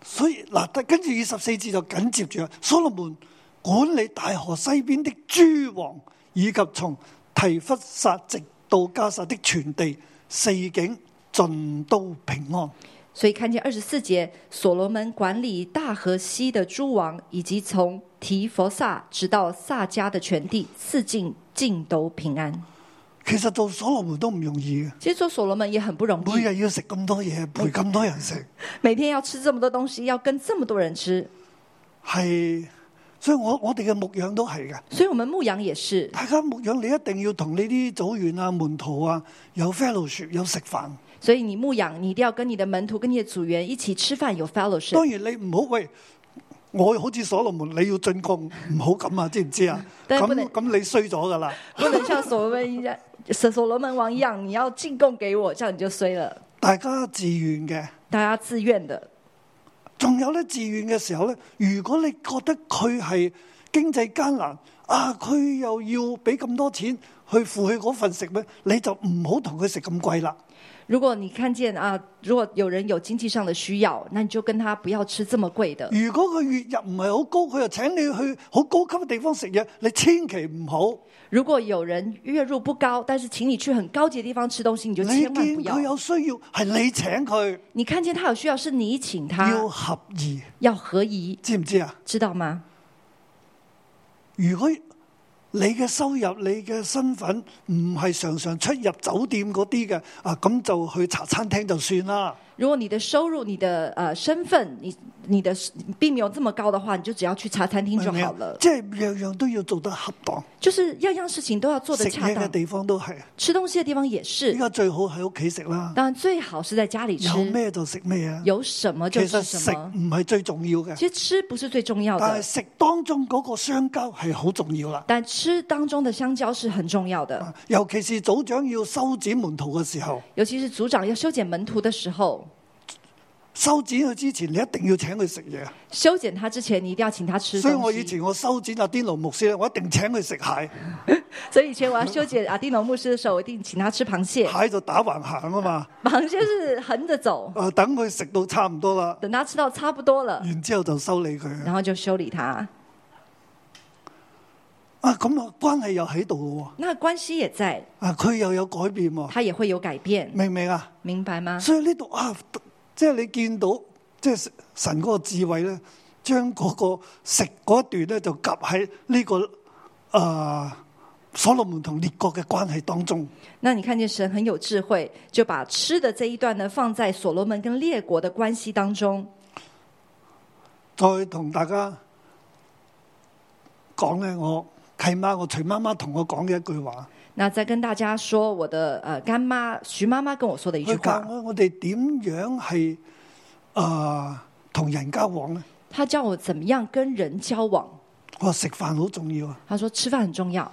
S2: 所以嗱，但跟住二十四節就緊接住啊，所羅門管理大河西邊的諸王，以及從提弗撒直到加撒的全地，四境盡都平安。
S3: 所以看见二十四节，所罗门管理大河西的诸王，以及从提佛萨直到萨迦的全地，四境尽都平安。
S2: 其實做所羅門都唔容易嘅，
S3: 其实做所罗门也很不容
S2: 每
S3: 易，
S2: 日要食咁多嘢，陪咁多人食，
S3: 每天要吃这么多东西，要跟这么多人吃。
S2: 係，所以我我哋嘅牧養都係嘅。
S3: 所以我们牧羊也是，
S2: 大家牧養你一定要同你啲組員啊、門徒啊有 fellowship 有食飯。
S3: 所以你牧养，你一定要跟你的门徒、跟你的组员一起吃饭，有 fellowship。
S2: 當然你唔好喂，我好似所羅門，你要進貢，唔好咁啊，知唔知啊？
S3: 嗯但係
S2: 咁
S3: 不能
S2: 咁你衰咗噶啦。
S3: 不能像所罗门一样，所所罗门王一样，你要进贡给我，这样你就衰了。
S2: 大家自愿嘅，
S3: 大家自愿的。
S2: 仲有咧自愿嘅時候咧，如果你覺得佢係經濟艱難啊，佢又要俾咁多錢去付佢嗰份食咩，你就唔好同佢食咁貴啦。
S3: 如果你看见啊，如果有人有经济上的需要，那你就跟他不要吃这么贵的。
S2: 如果佢月入唔係好高，佢又請你去好高級嘅地方食嘢，你千祈唔好。
S3: 如果有人月入不高，但是请你去很高级的地方吃东西，你就
S2: 你見
S3: 千万不
S2: 佢
S3: 要。
S2: 有需要，係你請佢，
S3: 你看见他有需要，是你请
S2: 要
S3: 他，
S2: 合意，
S3: 要合宜，
S2: 知唔知啊？
S3: 知道吗？
S2: 如果你嘅收入、你嘅身份唔係常常出入酒店嗰啲嘅，啊咁就去茶餐廳就算啦。
S3: 如果你的收入、你的呃身份、你你的并没有这么高的话，你就只要去茶餐厅就好了。
S2: 嗯即係樣樣都要做得恰當，
S3: 就是样样事情都要做
S2: 食
S3: 得恰
S2: 嘢嘅
S3: 当，
S2: 地方都係。
S3: 吃东西的地方也
S2: 依
S3: 是。
S2: 家最好喺屋企食啦，
S3: 当然最好是在家里吃，
S2: 有咩就食咩啊。
S3: 有什么
S2: 其
S3: 就
S2: 實食
S3: 吃什么。
S2: 唔係最重要嘅，
S3: 其实吃不是最重要
S2: 但係
S3: 的，
S2: 食當中嗰個相交係好重要啦。
S3: 但吃当中的香蕉是很重要的，
S2: 啊尤其是組長要修剪門徒嘅時候，
S3: 尤其是组长要修剪门徒的时候，
S2: 修剪佢之前，你一定要請佢食嘢。
S3: 修剪他之前你一定要请他吃
S2: 所以
S3: 东
S2: 我以
S3: 西。
S2: 前我修剪阿啲奴牧師咧，我一定請佢食蟹，
S3: 所以以前我要修剪阿丁龙牧师的时候，我一定请他吃螃蟹，
S2: 蟹就打橫行啊嘛。
S3: 螃蟹是横着走，
S2: 啊，等佢食到差唔多啦，
S3: 等他吃到差不多了，
S2: 然之後就收理佢。
S3: 然后就修理他。
S2: 啊，咁啊關係又喺度嘅喎。
S3: 那关系也在，
S2: 啊，佢又有改變喎，
S3: 他也会有改变，
S2: 明唔明啊？
S3: 明白吗？
S2: 所以呢度啊，即係你見到即係神嗰個智慧咧，將嗰個食嗰一段咧就夾喺呢個啊所羅門同列國嘅關係當中。
S3: 那你看见神很有智慧，就把吃的这一段呢放在所罗门跟列国的关系当中。
S2: 再同大家講咧，我契媽我徐媽媽同我講嘅一句話，
S3: 那再跟大家说，我的呃干妈徐妈妈跟我说的一句
S2: 佢教
S3: 话，
S2: 我我哋點樣係啊同人交往咧。
S3: 她教我怎么样跟人交往。
S2: 我話食飯好重要啊，
S3: 她说吃饭很重要，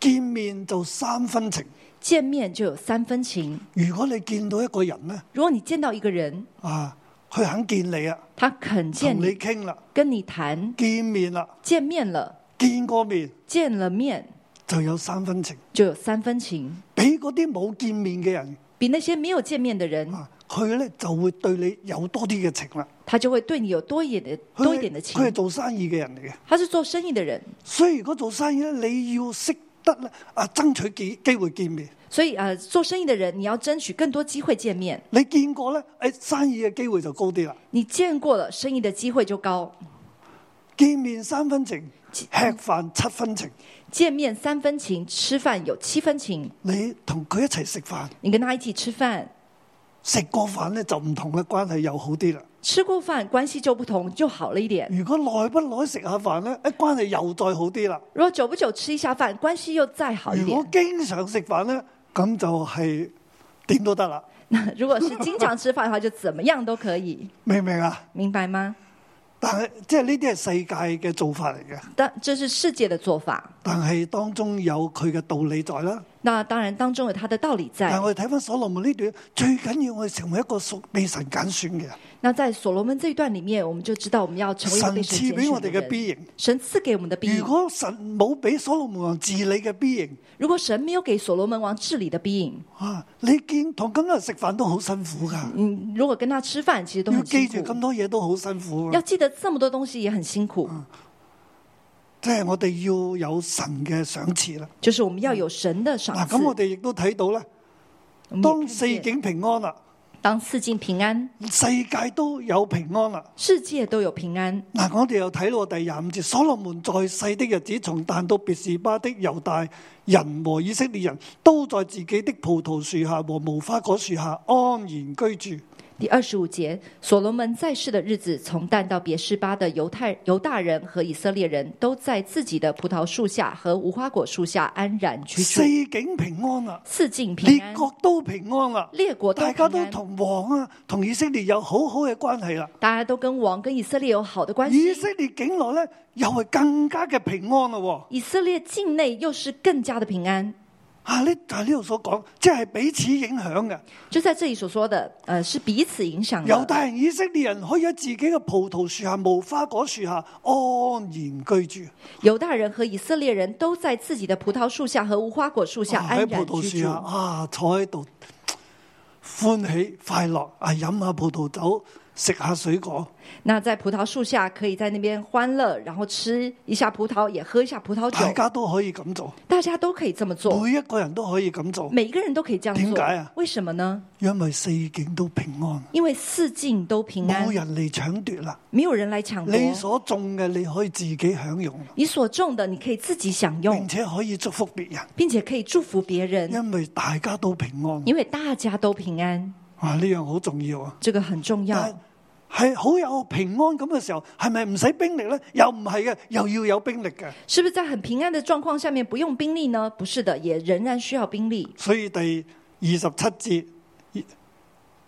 S2: 見面就三分情。
S3: 见面就有三分情。
S2: 如果你見到一個人咧，
S3: 如果你见到一个人，
S2: 啊，佢肯見你啊，
S3: 他肯见
S2: 同你
S3: 你，
S2: 傾啦，
S3: 跟你談，
S2: 見面啦，
S3: 见面了，
S2: 見過面
S3: 见了面
S2: 就有三分情，
S3: 就有三分情，
S2: 俾嗰啲冇見面嘅人
S3: 比那些没有见面的人，
S2: 啊，佢咧就會對你有多啲嘅情啦。
S3: 他就会对你有多一点的
S2: 佢
S3: 多一点的情
S2: 佢。係做生意嘅人嚟嘅，
S3: 他是做生意的人，
S2: 所以如果做生意咧，你要識得咧啊，爭取機機會見面。
S3: 所以呃，做生意的人你要争取更多机会见面。
S2: 你見過咧，誒、生意嘅機會就高啲啦。
S3: 你见过了，生意的机会就高；
S2: 見面三分情，吃飯七分情。
S3: 见面三分情，吃饭有七分情。
S2: 你同佢一齊食飯，
S3: 你跟他一起吃饭，
S2: 食過飯咧就唔同嘅關係又好啲啦。
S3: 吃过饭关系就不同，就好了一点。
S2: 如果耐不耐食下飯咧，一關係又再好啲啦。
S3: 如果久不久吃一下饭，关系又再好一
S2: 如果
S3: 点。
S2: 經常食飯咧，咁就係點都得啦，
S3: 那如果是经常吃饭的话，就怎么样都可以，
S2: 明唔明啊？
S3: 明白吗？
S2: 但係即係呢啲係世界嘅做法嚟嘅，
S3: 但这是世界的做法，
S2: 但係當中有佢嘅道理在啦。
S3: 那当然当中有它的道理
S2: 但係
S3: 在。
S2: 我哋睇翻所羅門呢段，最緊要我哋成為一個屬被神揀選嘅人，
S3: 那在所罗门这一段里面，我们就知道我们要成为一个
S2: 神
S3: 被神
S2: 賜
S3: 拣
S2: 俾我
S3: 选
S2: 哋
S3: 的
S2: 嘅
S3: 人。
S2: B 型。
S3: 神赐给我们的庇
S2: 如
S3: 荫。
S2: 果神冇俾所羅門王治理嘅 B 型，
S3: 如果神没有给所罗门王治理的庇荫，
S2: 啊，你見同今日食飯都好辛苦噶，
S3: 嗯，如果跟他吃饭，其实都
S2: 要
S3: 很
S2: 記
S3: 辛
S2: 住咁
S3: 苦。
S2: 多嘢都好辛苦嗯
S3: 要
S2: 㗎。
S3: 记得这么多东西也很辛苦，
S2: 即係我哋要有神嘅賞賜啦。
S3: 就是我们要有神的赏
S2: 嗱，
S3: 赐。
S2: 咁我哋亦都睇到咧，
S3: 我们也
S2: 當
S3: 看
S2: 四
S3: 见
S2: 境平安啦，
S3: 当四境平安，
S2: 世界都有平安啦。
S3: 世界都有平安。
S2: 嗱，我哋又睇到第廿五節，所羅門在世的日子，從但到別是巴的猶大人和以色列人都在自己的葡萄樹下和無花果樹下安然居住。
S3: 第二十五节，所罗门在世的日子，从但到别是巴的犹太犹大人和以色列人都在自己的葡萄树下和无花果树下安然居住
S2: 四，境平安啦，
S3: 四境平
S2: 列
S3: 安，
S2: 國都平安啦，
S3: 列国都
S2: 大家
S3: 平
S2: 都
S3: 安
S2: 同王啊，同以色列有好好嘅關係啦。
S3: 大家都跟王跟以色列有好的关系。
S2: 以色列境內咧，又係更加嘅平安咯。
S3: 以色列境内又是更加的平安，
S2: 啊，呢就係呢度所講，即係彼此影響嘅。
S3: 就在这里所说的，呃，是彼此影响
S2: 猶
S3: 的。
S2: 太人、以色列人可以喺自己嘅葡萄樹下、無花果樹下安然居住。
S3: 犹大人和以色列人都在自己的葡萄树下和无花果树下
S2: 啊
S3: 安
S2: 喺葡
S3: 然
S2: 萄
S3: 居
S2: 樹下
S3: 住，
S2: 啊，坐喺度歡喜快樂啊，飲下葡萄酒，食下水果。
S3: 那在葡萄树下可以在那边欢乐，然后吃一下葡萄，也喝一下葡萄
S2: 大
S3: 酒，
S2: 家都可以咁做，
S3: 大家都可以这么做，
S2: 每一個人都可以咁做，
S3: 每一个人都可以这样
S2: 點
S3: 做
S2: 解啊。
S3: 为什么呢？
S2: 因為四境都平安，
S3: 因为四境都平安
S2: 冇，人嚟搶奪啦。
S3: 没有人来抢夺。
S2: 你所種嘅你可以自己享用，
S3: 你所种的，你可以自己享
S2: 並
S3: 用，
S2: 且可以祝福別人，
S3: 并且可以祝福别人，
S2: 因為大家都平安。
S3: 因为大家都平安，
S2: 啊，呢樣好重要啊！
S3: 这个很重要。
S2: 但係好有平安咁嘅時候，係咪唔使兵力呢？又唔係嘅，又要有兵力嘅。
S3: 是不是在很平安的状况下面不用兵力呢？不是的，也仍然需要兵力。
S2: 所以第二十七節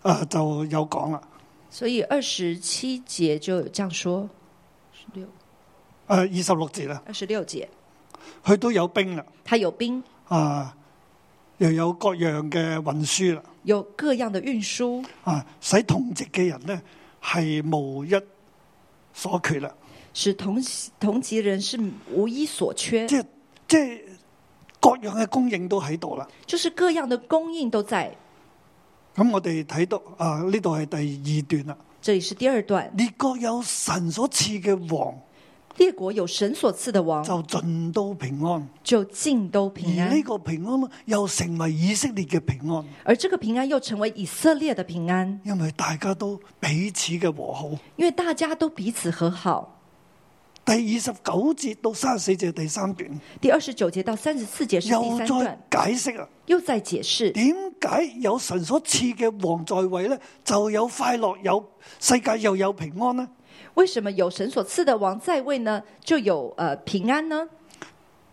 S2: 啊就有講啦。
S3: 所以二十七节就有这样说，六
S2: 誒啊二十六節啦，
S3: 二十六节，
S2: 佢都有兵啦，
S3: 他有兵，
S2: 啊又有各樣嘅運輸啦，
S3: 有各样的运输，
S2: 啊使同籍嘅人呢係無一所缺啦，
S3: 使同同级人是无一所缺
S2: 即，係即係各樣嘅供應都喺度啦。
S3: 就是各样的供应都在。
S2: 咁我哋睇到啊呢度係第二段啦，
S3: 这里是第二段，
S2: 列國有神所賜嘅王
S3: 列国有神所赐的王，
S2: 就盡都平安，
S3: 就尽都哦平
S2: 而
S3: 安
S2: 呢。個平安呢又成為以色列嘅平安。
S3: 而这个平安又成为以色列的平安，
S2: 因为大家都彼此嘅和好。
S3: 因为大家都彼此和好。
S2: 第二十九节到三十四节第三段
S3: 第二十九节到三十四节是第
S2: 又
S3: 三
S2: 再
S3: 段，
S2: 解释啊，
S3: 又在解释
S2: 点解有神所赐嘅王在位呢？就有快乐，有世界又有平安呢？
S3: 为什么有神所赐的王在位呢，就有呃平安呢？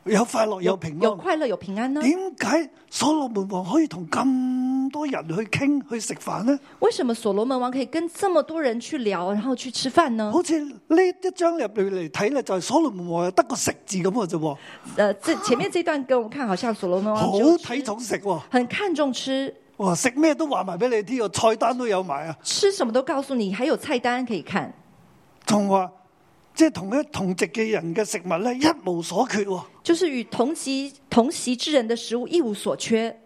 S2: 有快乐有平
S3: 有
S2: 安。
S3: 快乐，有平安呢？
S2: 点解所罗门王可以同咁多人去倾去食饭呢？
S3: 为什么所罗门王可以跟这么多人去聊，然后去吃饭呢？
S2: 好似呢一章入边嚟睇呢，就系所罗门王得个食字咁嘅啫喎，
S3: 呃，这前面这段给我们看，好像所罗门
S2: 好
S3: 王就吃
S2: 睇重食喎，
S3: 很看重吃，
S2: 哇食咩都话埋俾你知喎，菜单都有埋啊！
S3: 吃什么都告诉你，还有菜单可以看，
S2: 仲話即係同一同籍嘅人嘅食物咧一無所缺喎，
S3: 就是与同席同席之人的食物一无所缺。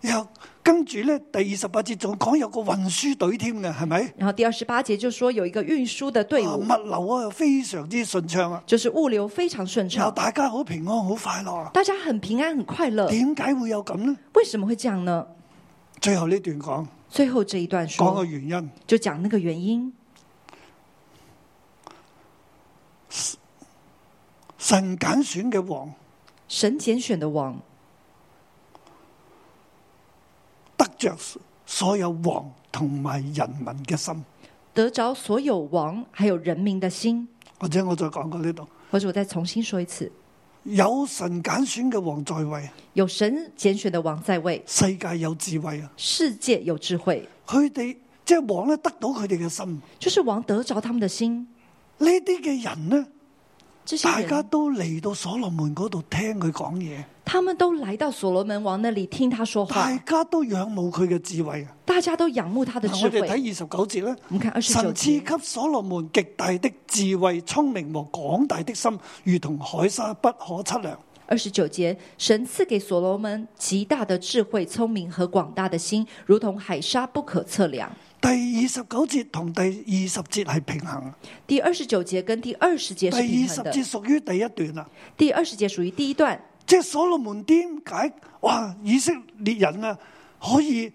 S2: 然後跟住咧第二十八節仲講有個運輸隊添嘅，係咪？
S3: 然后第二十八节就说有一个运输的队
S2: 啊
S3: 伍，
S2: 物流啊非常之順暢啊，
S3: 就是物流非常顺
S2: 然後
S3: 畅，
S2: 大家好平安好快樂啊。
S3: 大家很平安很快乐。
S2: 點解會有咁呢？
S3: 为什么会这样呢？
S2: 最後呢段講
S3: 最后这一段
S2: 講個
S3: 说，
S2: 原因，
S3: 就讲那个原因。
S2: 神揀選嘅王
S3: 神拣选的王
S2: 得着所有王同埋人民嘅心，
S3: 得着所有王还有人民的心，
S2: 或者我再講過呢度，
S3: 或者我再重新说一次：
S2: 有神揀選嘅王在位，
S3: 有神拣选的王在位，
S2: 世界有智慧啊。
S3: 世界有智慧，
S2: 佢哋即係王咧得到佢哋嘅心。
S3: 就是王得着他们的心。
S2: 呢啲嘅人呢，
S3: 这些
S2: 大家
S3: 人
S2: 都嚟到所羅門嗰度聽佢講嘢，
S3: 他们都来到所罗门王那里听他说话
S2: 大，家都仰慕佢嘅智慧啊！
S3: 大家都仰慕他的
S2: 嗱
S3: 智
S2: 我哋
S3: 慧。
S2: 睇二十九節咧，
S3: 我们看二十九
S2: 神
S3: 节
S2: 賜，給所羅門極大的智慧、聰明和廣大的心，如同海沙不可測量。
S3: 二十九节，神赐给所罗门极大的智慧、聪明和广大的心，如同海沙不可测量。
S2: 第二十九節同第二十節係平衡，
S3: 第二十九节跟第二十节
S2: 第
S3: 是平
S2: 二
S3: 衡
S2: 十
S3: 的。
S2: 節屬於第一段啦。
S3: 第二十节属于第一段，
S2: 即係所羅門點解哇以色列人啊可以诶、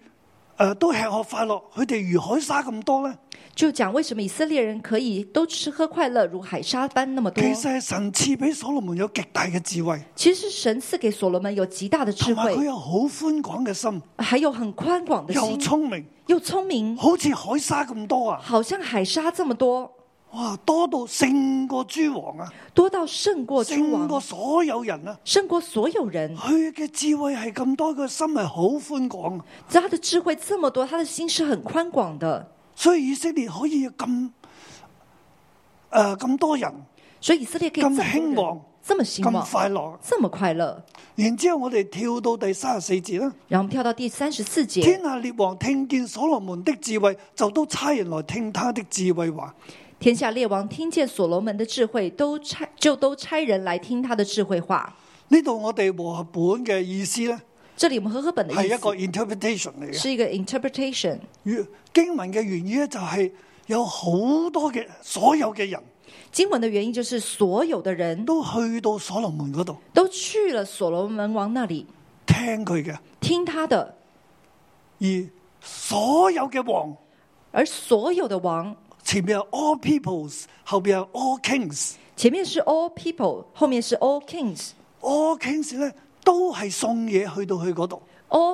S2: 呃都吃喝快樂，佢哋如海沙咁多咧？
S3: 就讲为什么以色列人可以都吃喝快乐如海沙般那么
S2: 其
S3: 多。
S2: 實係神賜俾所羅門有極大嘅智慧，
S3: 其实神赐给所罗门有极大的智
S2: 同埋佢
S3: 慧，
S2: 有好寬廣嘅心，
S3: 还有很宽广的
S2: 又
S3: 心，
S2: 聰明，
S3: 又聪明，
S2: 好似海沙咁多啊！
S3: 好像海沙这么多，
S2: 哇，多到勝過諸王啊，
S3: 多到胜过诸
S2: 勝過
S3: 王，
S2: 所有人啊！
S3: 胜过所有人。
S2: 佢嘅智慧係咁多，佢心係好寬廣，
S3: 他的智慧这么多，他的心是很宽广的，
S2: 所以以色列可以有咁诶咁多人
S3: 所以以色列可以
S2: 咁
S3: 这么多人
S2: 兴旺，
S3: 这么兴旺
S2: 咁，快樂。
S3: 这么快乐。
S2: 然之后我哋跳到第三十四节啦。
S3: 然后我们跳到第三十四节，
S2: 天下列王聽見所羅門的智慧，就都差人來聽他的智慧話。
S3: 天下列王听见所罗门的智慧，都差就都差人来听他的智慧话。
S2: 呢度我哋和合本嘅意思呢，
S3: 这里我们和合本的
S2: 係
S3: 意
S2: 一個
S3: 思
S2: interpretation 嚟嘅。
S3: 是一个 interpretation，
S2: 原經文嘅原意呢，就係有好多嘅所有嘅人
S3: 经文的原因就是所有的人
S2: 都去到所羅門嗰度
S3: 都去了所罗门王那里
S2: 聽佢嘅，
S3: 听他的，
S2: 而所有嘅王
S3: 而所有的王
S2: 前面係 all peoples，後面係 all kings，all
S3: 前面是 all people，后面是 all kings，all
S2: kings 呢，都係送嘢去到佢嗰度，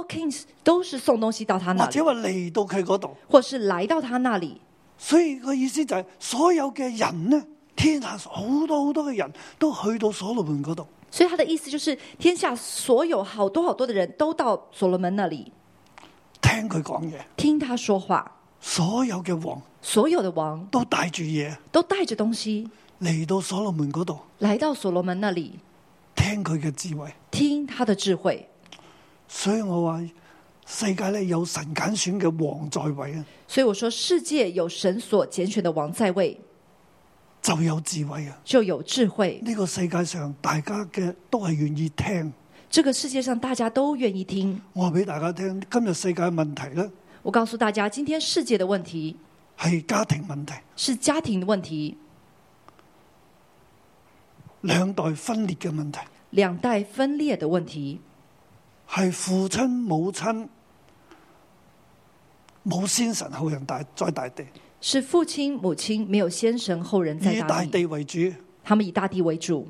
S3: kings 都是送东西到他
S2: 或
S3: 那里
S2: 者，話嚟到佢嗰度。
S3: 或是来到他那里。
S2: 所以個意思就係、所有嘅人呢，天下好多好多嘅人都去到所羅門嗰度。
S3: 所以他的意思就是，天下所有好多好多的人都到所罗门那里
S2: 聽佢講嘢，
S3: 听他说话，
S2: 所有嘅王
S3: 所有的王
S2: 都帶住嘢
S3: 都带着东西
S2: 嚟到所羅門嗰度，
S3: 来到所罗門那里
S2: 聽佢嘅智慧。
S3: 听他的智慧。
S2: 所以我話世界咧有神揀選嘅王在位啊，
S3: 所以我说，世界有神所拣选的王在位，
S2: 就有智慧啊！
S3: 就有智慧。
S2: 呢、個世界上大家嘅都係願意聽。
S3: 这个世界上大家都愿意听。
S2: 我話俾大家聽，今日世界嘅問題咧
S3: 我告诉大家，今天世界的问题
S2: 係家庭問題，
S3: 是家庭的问题、
S2: 兩代分裂嘅問題，
S3: 两代分裂的问题，
S2: 係父親母親冇先神後人大在大地，
S3: 是父亲母亲没有先神后人在
S2: 以
S3: 大
S2: 大
S3: 地，
S2: 地為主，
S3: 他们以大地为主，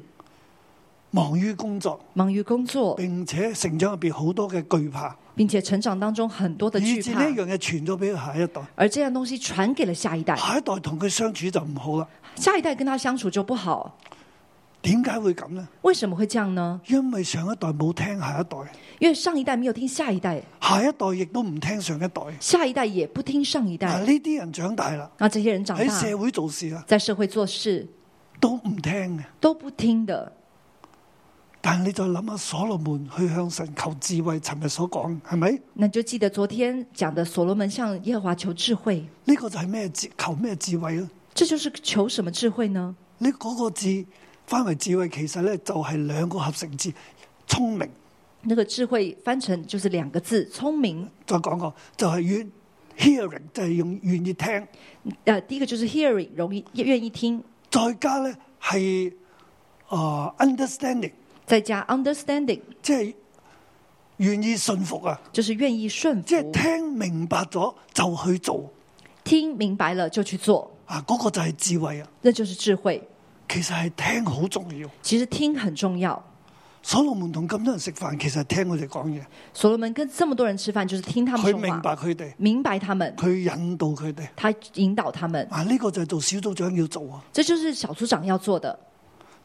S2: 忙於工作，
S3: 忙于工作，
S2: 並且成長入邊好多嘅懼怕，
S3: 并且成长当中很多的惧
S2: 以至呢
S3: 怕
S2: 一，樣嘢傳咗俾下一代，
S3: 而这样东西传给了下一代，
S2: 下一代同佢相處就唔好啦。
S3: 下一代跟他相处就不好。
S2: 點解會咁呢？
S3: 为什么会这样呢？
S2: 因為上一代冇聽下一代，
S3: 因为上一代没有听下一代，
S2: 下一代亦都唔聽上一代。
S3: 下一代也不听上一
S2: 嗱，
S3: 代。
S2: 呢啲人長大啦，
S3: 那这些人长
S2: 喺
S3: 大，
S2: 社會做事啦，
S3: 在社会做事
S2: 都唔聽嘅。
S3: 都不听的。
S2: 但你再諗下所羅門去向神求智慧，尋日所講係咪？
S3: 那你就记得昨天讲的所罗门向耶和华求智慧，
S2: 呢、個就係咩智求咩智慧咯？
S3: 这就是求什么智慧呢？
S2: 呢、嗰個字翻為智慧，其實咧就係兩個合成字，聰明。
S3: 那个智慧翻成就是两个字：聪明。
S2: 再講過就係、願 hearing，就係用願意聽。
S3: 呃，第一个就是 hearing，容易愿意听，
S2: 再加咧係啊 understanding，
S3: 再加 understanding，
S2: 即係願意信服啊！
S3: 就是愿意顺
S2: 即係
S3: 服，
S2: 聽明白咗就去做
S3: 听明白了就去做，
S2: 啊！嗰、個就係智慧啊！
S3: 那就是智慧。
S2: 其實係聽好重要。
S3: 其实听很重要。
S2: 所羅門同咁多人食飯，其實係聽佢哋講嘢，
S3: 所罗门跟这么多人吃饭，就是听他们
S2: 佢
S3: 说
S2: 明
S3: 话，
S2: 白佢哋，
S3: 明白他们，
S2: 佢引導佢哋。
S3: 他引导他们，
S2: 啊！呢、個就係做小組長要做啊！
S3: 这就是小组长要做的。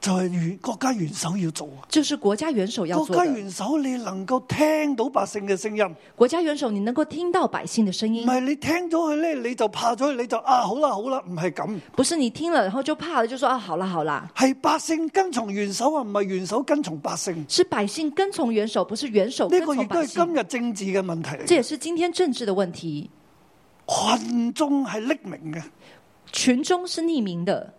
S2: 就係元國家元首要做啊！
S3: 就是国家元首要
S2: 國
S3: 做
S2: 家
S3: 的。
S2: 元首你能夠聽到百姓嘅聲音，
S3: 国家元首，你能够听到百姓的声
S2: 唔
S3: 音，
S2: 係你聽咗佢咧你就怕咗佢，你就啊好啦好啦，唔係咁，
S3: 不是你听了然后就怕了，就说啊，好啦好啦。
S2: 係百姓跟從元首啊，唔係元首跟從百姓。呢、
S3: 是百姓跟从元首，不是元首跟
S2: 個亦
S3: 从
S2: 都
S3: 百
S2: 係今
S3: 姓。
S2: 日政治嘅問題
S3: 这
S2: 嚟，
S3: 也是今天政治的问题。
S2: 群眾係匿名嘅，
S3: 群众是匿名的，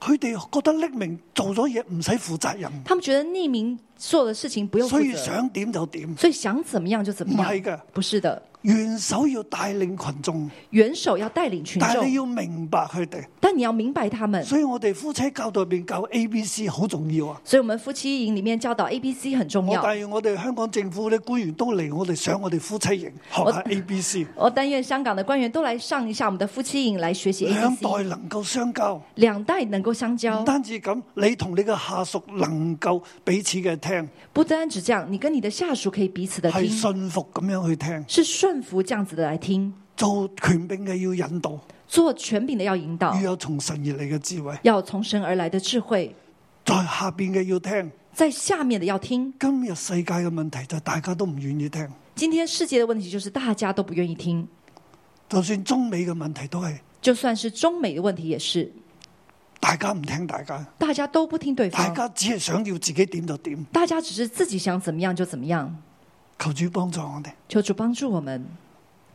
S2: 佢哋覺得匿名做咗嘢唔使負責任，
S3: 他们觉得匿名做的事情不用负
S2: 所以
S3: 责，
S2: 想點就點。
S3: 所以想怎么样就怎
S2: 唔
S3: 么
S2: 係
S3: 样。
S2: 嘅，
S3: 不是的，
S2: 元首要帶領群眾，
S3: 元首要带领群
S2: 但係你
S3: 众，
S2: 要明白佢哋。
S3: 但你要明白他们。
S2: 所以我哋夫妻教導入边教 A、B、C 好重要啊！
S3: 所以我们夫妻营里面教导 A、B、C 很重
S2: 我
S3: 要。
S2: 但願我哋香港政府啲官員都嚟我哋上我哋夫妻營學下 A、B、C，
S3: 我但愿香港的官员都来上一下我们的夫妻营，来学习 A、
S2: 兩
S3: B、
S2: 代
S3: C，
S2: 能夠相交。
S3: 两代能够相
S2: 唔
S3: 交。
S2: 單止咁，你同你嘅下屬能夠彼此嘅聽，
S3: 不单只这样，你跟你的下属可以彼此的
S2: 係
S3: 听，
S2: 信服咁樣去聽，
S3: 是顺服这样子的来听，
S2: 做權柄嘅要引導，
S3: 做权柄的要引导
S2: 要。有從神而嚟嘅智慧。
S3: 要从神而来的智慧，
S2: 在下邊嘅要聽。
S3: 在下面的要听。
S2: 今日世界嘅問題就係大家都唔願意聽，
S3: 今天世界的问题就是大家都不愿意听，
S2: 就算中美嘅問題都係
S3: 就算是中美的问题也是，
S2: 大家唔聽大家，
S3: 大家都不听对
S2: 大
S3: 方，
S2: 家只係想要自己點就點。
S3: 大家只是自己想怎么样就怎么样。
S2: 求主幫助我哋。
S3: 求主帮助我们，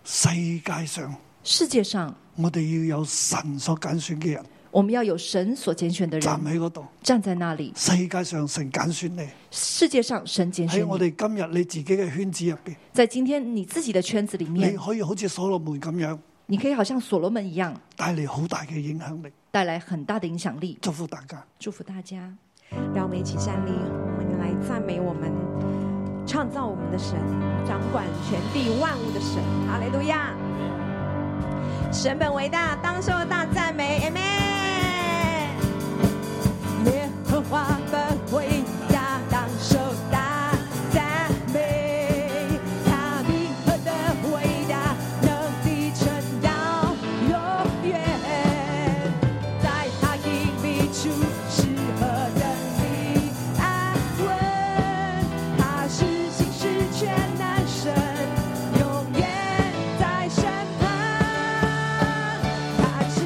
S2: 世界上，
S3: 世界上
S2: 我哋要有神所揀選嘅人
S3: 我们要有神所拣选的
S2: 站
S3: 人
S2: 喺嗰度。
S3: 站在那里。
S2: 世界上神揀選你，
S3: 世界上神拣
S2: 喺
S3: 选
S2: 我
S3: 你，
S2: 哋今日你自己嘅圈子入边，
S3: 在今天你自己的圈子里
S2: 你
S3: 面，
S2: 可以好似所羅門咁樣
S3: 你可以好像所罗门一样，
S2: 帶嚟好大嘅影響力。
S3: 带来很大的影响力。
S2: 祝福大家。
S3: 祝福大家。
S4: 让我们一起站立，我们来赞美我们创造我们的神，掌管全地万物的神。哈利路亚！神本为大，当受大赞美。Amen。耶和华本为大，当受大赞美。他必何的伟大，能力撑到永远。在他隐秘处是何等的安稳，他是行事全能神，永远在身旁。他是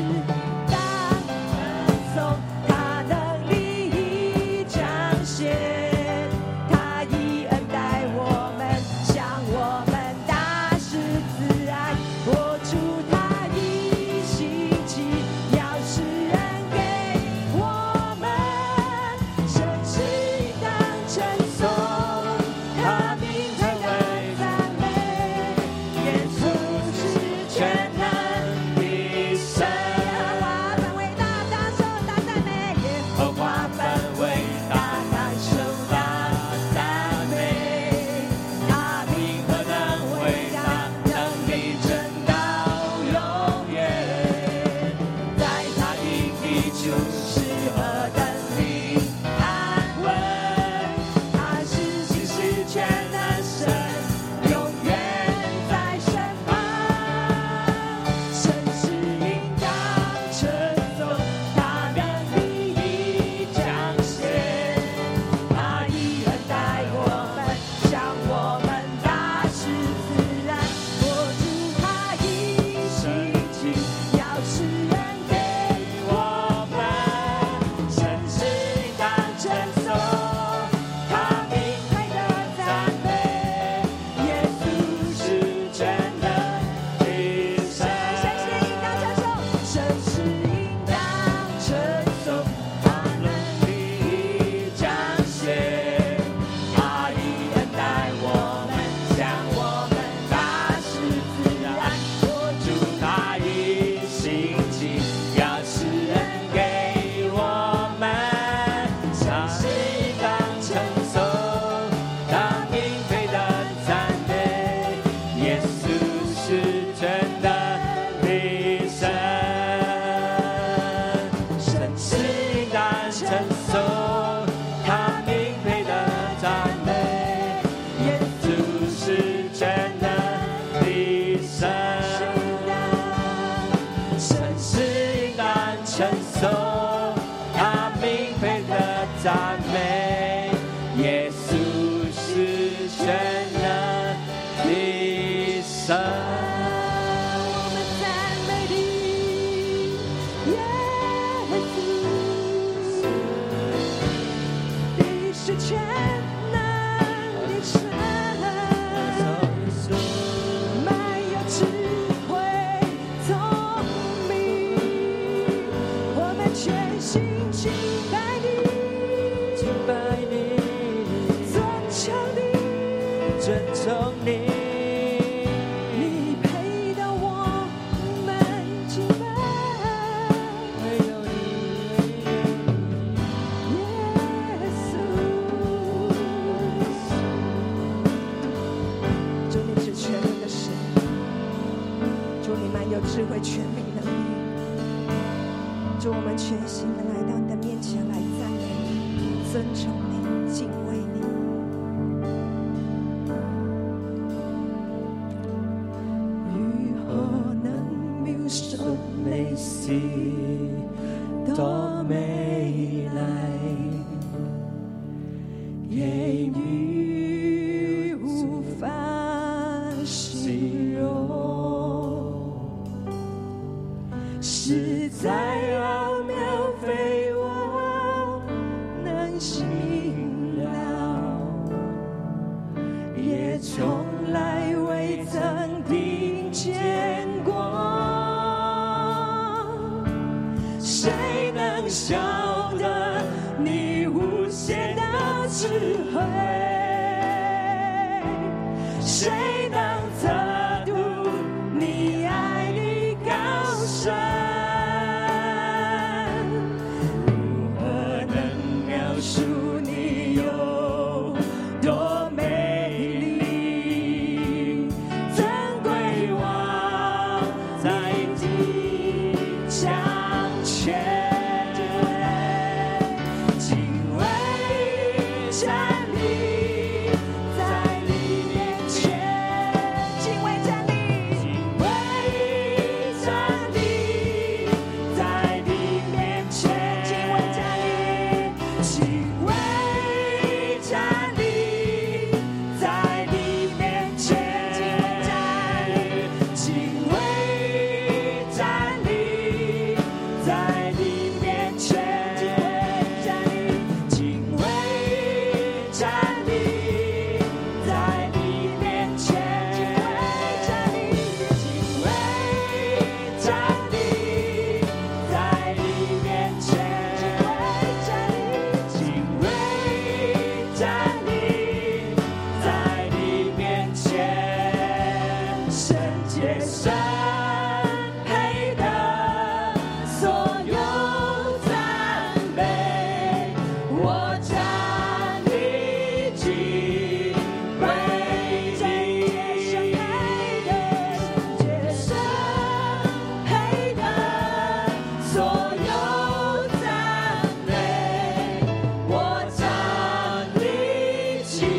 S5: 耶稣是神的的神，
S4: 赞美你，耶稣，你是全能的神，满有智慧、聪明，我们全心敬拜你，
S5: 敬拜你，
S4: 尊崇你，
S5: 尊崇你。
S4: 你配得我们敬拜。
S5: 唯有你
S4: 耶稣，主你是全能的神，主你满有智慧、全美能力，主我们全心的来到你的面前来赞美你、尊崇你、敬畏你。如何能描述
S5: 美是多美丽，
S4: 言语无法形容，实在奥妙，非我能形了，也从来未曾听见过。谁能晓得你无限的智慧？谁能测度你爱的高深？如何能描述你有多美丽？尊贵王在地掌权，敬畏站立在你面前，敬畏站立，敬畏站立在你面前，敬畏站立，敬畏站立在你面前，敬畏站立。敬畏站立在你面前，敬畏站立在你面前，敬畏站立，敬畏站立在你面前，敬畏站立在你面前，圣洁神配的所有赞美，我站立敬畏你，圣洁神配的所有赞美，我站立敬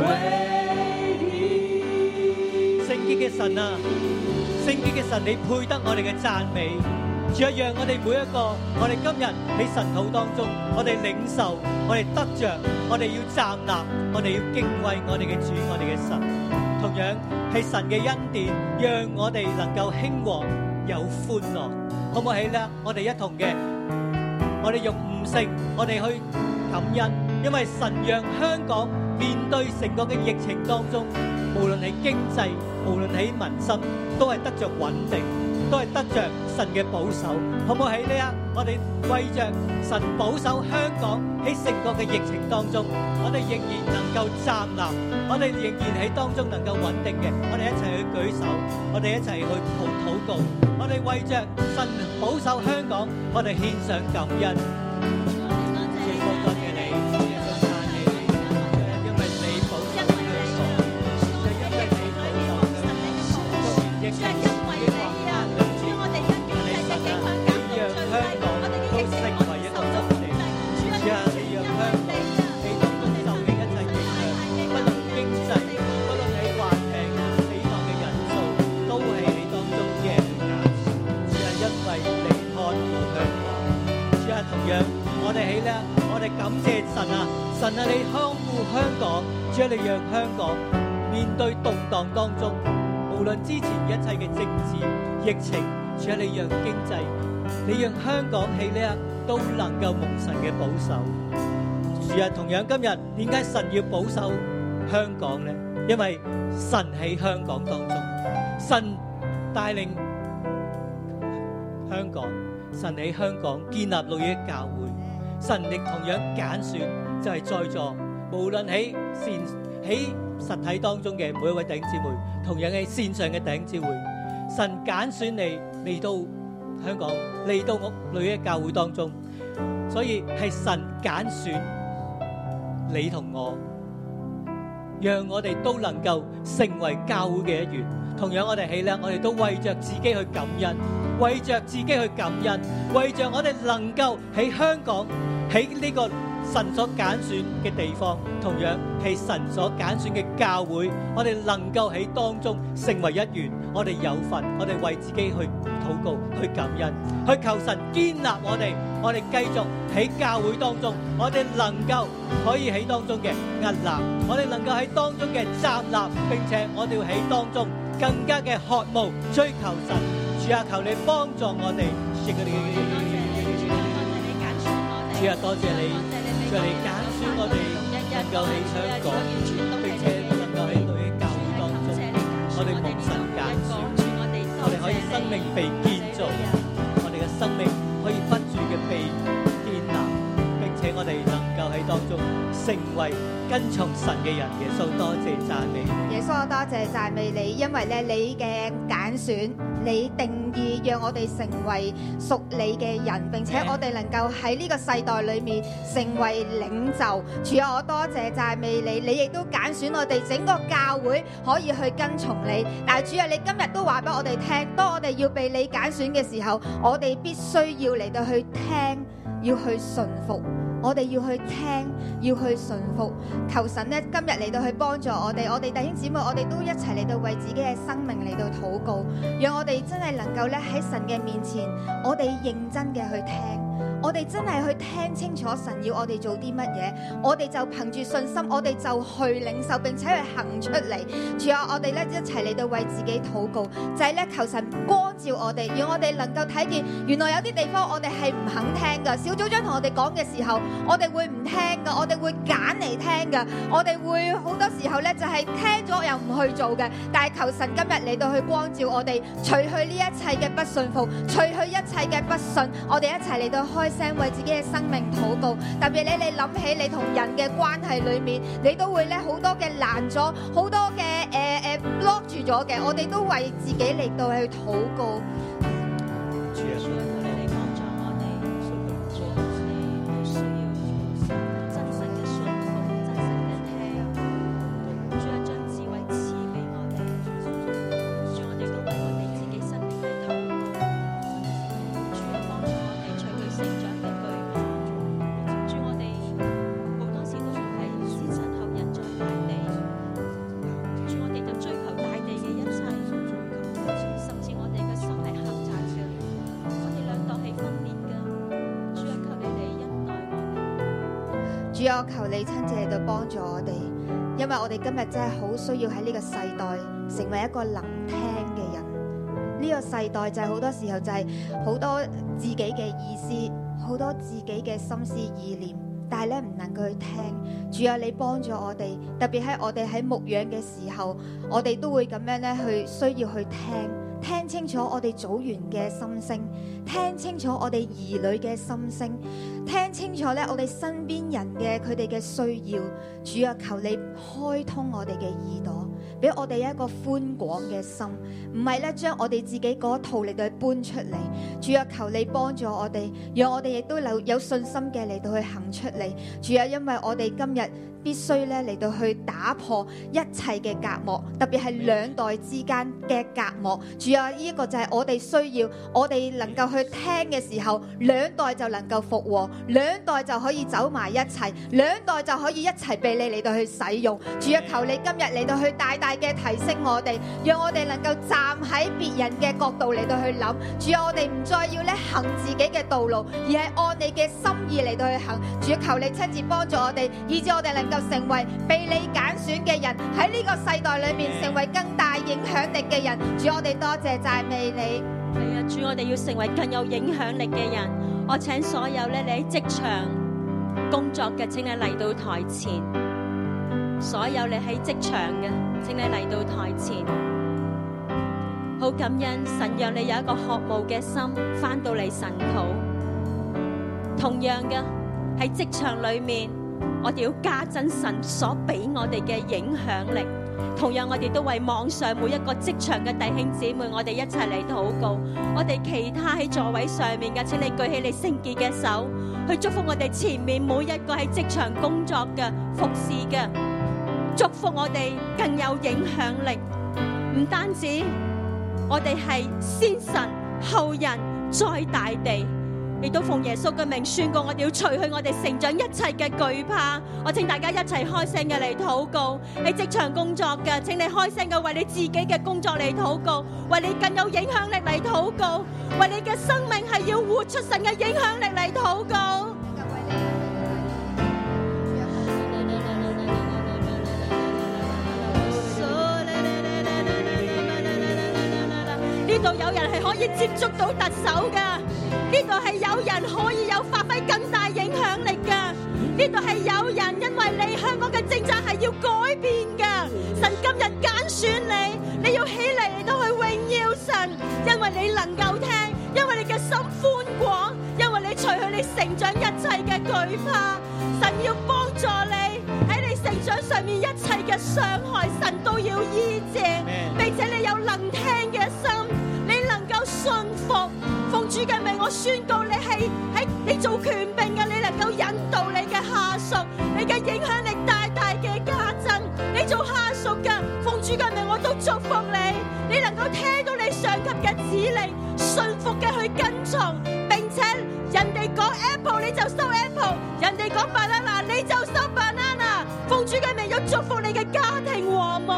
S4: 畏你。
S6: 圣洁嘅神啊，圣洁嘅神，你配得我哋嘅赞美。主啊，让我哋每一个，我哋今日喺神土当中，我哋领受，我哋得着，我哋要站立，我哋要敬畏我哋嘅主，我哋嘅神。同样系神嘅恩典，让我哋能够兴旺有欢乐，好唔好？起咧，我哋一同嘅。我哋用悟性，我哋去感恩，因為神讓香港面對成個嘅疫情當中，無論係經濟，無論喺民生，都係得着穩定，都係得着神嘅保守，好唔好喺呢一刻？我哋為着神保守香港喺成個嘅疫情當中，我哋仍然能夠站立，我哋仍然喺當中能夠穩定嘅，我哋一齊去舉手，我哋一齊去禱禱告，我哋為着神保守香港，我哋獻上感恩。耶穌多謝你，耶穌讚美你，因為你保守香港，就因為你保守香港，亦都亦都
S4: 啊
S6: 啊啊同樣，謝神啊！神啊，你看顧香港，主啊，你讓香港面對動盪當中，無論之前一切嘅政治、疫情，主啊，你讓經濟，你讓香港喺呢一刻都能夠蒙神嘅保守。主啊，同樣今日點解神要保守香港呢？因為神喺香港當中，神帶領香港，神喺香港建立六一教會，神亦同樣揀選就係在座，無論喺線喺實體當中嘅每一位弟兄姊妹，同樣喺線上嘅弟兄姊妹，神揀選你嚟到香港，嚟到我六一教會當中，所以係神揀選你同我。让我哋都能夠成為教會嘅一員。同樣我哋起咧，我哋都為着自己去感恩，為着自己去感恩，為着我哋能夠喺香港喺呢個神所揀選嘅地方，同樣係神所揀選嘅教會，我哋能夠喺當中成為一員，我哋有份，我哋為自己去禱告，去感恩，去求神建立我哋，我哋繼續喺教會當中，我哋能夠可以喺當中嘅屹立，我哋能夠喺當中嘅站立，並且我哋要喺當中更加嘅渴慕追求神。主啊，求你幫助我哋。主啊，多謝你，主啊，你揀選我哋，能夠喺香港，並且能夠喺女教會當中，我哋蒙神揀選，我哋可以生命被建造，我哋嘅生命可以不住嘅被建立，並且我哋能夠喺當中成為跟從神嘅人。耶穌多謝讚美你。
S7: 耶穌，我多謝讚美你，因為咧你嘅揀選，你定義讓我哋成為屬你嘅人，並且
S6: Amen
S7: 我哋能夠喺呢個世代裏面成為領袖。主啊，我多謝讚美你，你亦都揀選我哋整個教會可以去跟從你。但係主啊，你今日都話俾我哋聽，當我哋要被你揀選嘅時候，我哋必須要嚟到去聽，要去順服，我哋要去聽，要去順服。求神咧今日嚟到去幫助我哋，我哋弟兄姊妹，我哋都一齊嚟到為自己嘅生命嚟到禱告，讓我哋真係能夠咧喺神嘅面前，我哋認真嘅去聽。我哋真係去聽清楚神要我哋做啲乜嘢，我哋就憑住信心，我哋就去領受並且去行出嚟。仲有啊我哋咧一齊嚟到為自己禱告，就係、呢，咧求神光照我哋，讓我哋能夠睇見原來有啲地方我哋係唔肯聽噶。小組長同我哋講嘅時候，我哋會唔聽噶，我哋會揀嚟聽噶，我哋會好多時候咧就係、聽咗又唔去做嘅。但係求神今日嚟到去光照我哋，除去呢一切嘅不信服，除去一切嘅不信，我哋一齊嚟到開聲為自己嘅生命禱告。特別咧，你諗起你同人嘅關係裏面，你都會咧好多嘅難咗，好多嘅誒誒 block 住咗嘅，我哋都為自己嚟到去禱告。
S6: 主耶穌，
S8: 主，我哋就追求大地嘅一切，甚至我哋嘅心係狹窄嘅，我哋兩度係分裂嘅。主啊，求
S7: 主啊，我求
S8: 你哋恩待我哋。
S7: 你親自嚟到幫助我哋，因為我哋今日真係好需要喺呢個世代成為一個能聽嘅人。呢、個世代就係好多時候就係好多自己嘅意思，好多自己嘅心思意念，但係咧唔能夠去聽。主啊，你幫助我哋，特別喺我哋喺牧養嘅時候，我哋都會咁樣咧去需要去聽。聽清楚我哋組員嘅心聲，聽清楚我哋兒女嘅心聲，聽清楚咧，我哋身邊人嘅佢哋嘅需要，主啊，求你開通我哋嘅耳朵，俾我哋一個寬廣嘅心，唔係咧將我哋自己嗰套嚟到去搬出嚟。主啊，求你幫助我哋，讓我哋亦都有有信心嘅嚟到去行出嚟。主啊，因為我哋今日必須咧嚟到去打破一切嘅隔膜，特別係兩代之間嘅隔膜。主啊，呢、一個就係我哋需要，我哋能夠去聽嘅時候，兩代就能夠復和。兩代就可以走埋一齊，兩代就可以一齊被你嚟到去使用。主啊，求你今日嚟到去大大嘅提升我哋，讓我哋能夠站喺別人嘅角度嚟到去諗。主啊，我哋唔再要咧行自己嘅道路，而係按你嘅心意嚟到去行。主啊，求你親自幫助我哋，以致我哋能夠成為被你揀選嘅人，喺呢個世代裏面成為更大影響力嘅人。主啊，我哋多謝讚美你。
S8: 系啊，主，我哋要成为更有影响力嘅人。我请所有咧，你喺职场工作嘅，请你嚟到台前；所有你喺职场嘅，请你嚟到台前。好感恩神让你有一个渴慕嘅心，翻到嚟神土。同样嘅喺职场里面，我哋要加增神所俾我哋嘅影响力。同樣，我哋都為網上每一個職場嘅弟兄姊妹，我哋一齊嚟禱告。我哋其他喺座位上面嘅，請你舉起你聖潔嘅手，去祝福我哋前面每一個喺職場工作嘅、服侍嘅，祝福我哋更有影響力。唔單止我哋係先神後人，再大地。亦都奉耶穌嘅名宣告，我哋要除去我哋成長一切嘅懼怕。我請大家一齊開聲嘅嚟禱告。喺職場工作嘅，請你開聲嘅為你自己嘅工作嚟禱告，為你更有影響力嚟禱告，為你嘅生命係要活出神嘅影響力嚟禱告。呢度有人係可以接觸到特首噶。呢度係有人可以有發揮更大影響力嘅，呢度係有人因為你香港嘅政策係要改變嘅，神今日揀選你，你要起嚟嚟到去榮耀神，因為你能夠聽，因為你嘅心寬廣，因為你除去你成長一切嘅懼怕，神要幫助你喺你成長上面一切嘅傷害，神都要醫治，並且你有能聽嘅心。你能夠信服，奉主嘅名，我宣告你係喺你做權柄嘅，你能夠引導你嘅下屬，你嘅影響力大大嘅加增。你做下屬嘅，奉主嘅名，我都祝福你，你能夠聽到你上級嘅指令，信服嘅去跟從，並且人哋講 Apple 你就收 Apple，人哋講 banana 你就收 banana。奉主嘅名，我祝福你嘅家庭和睦。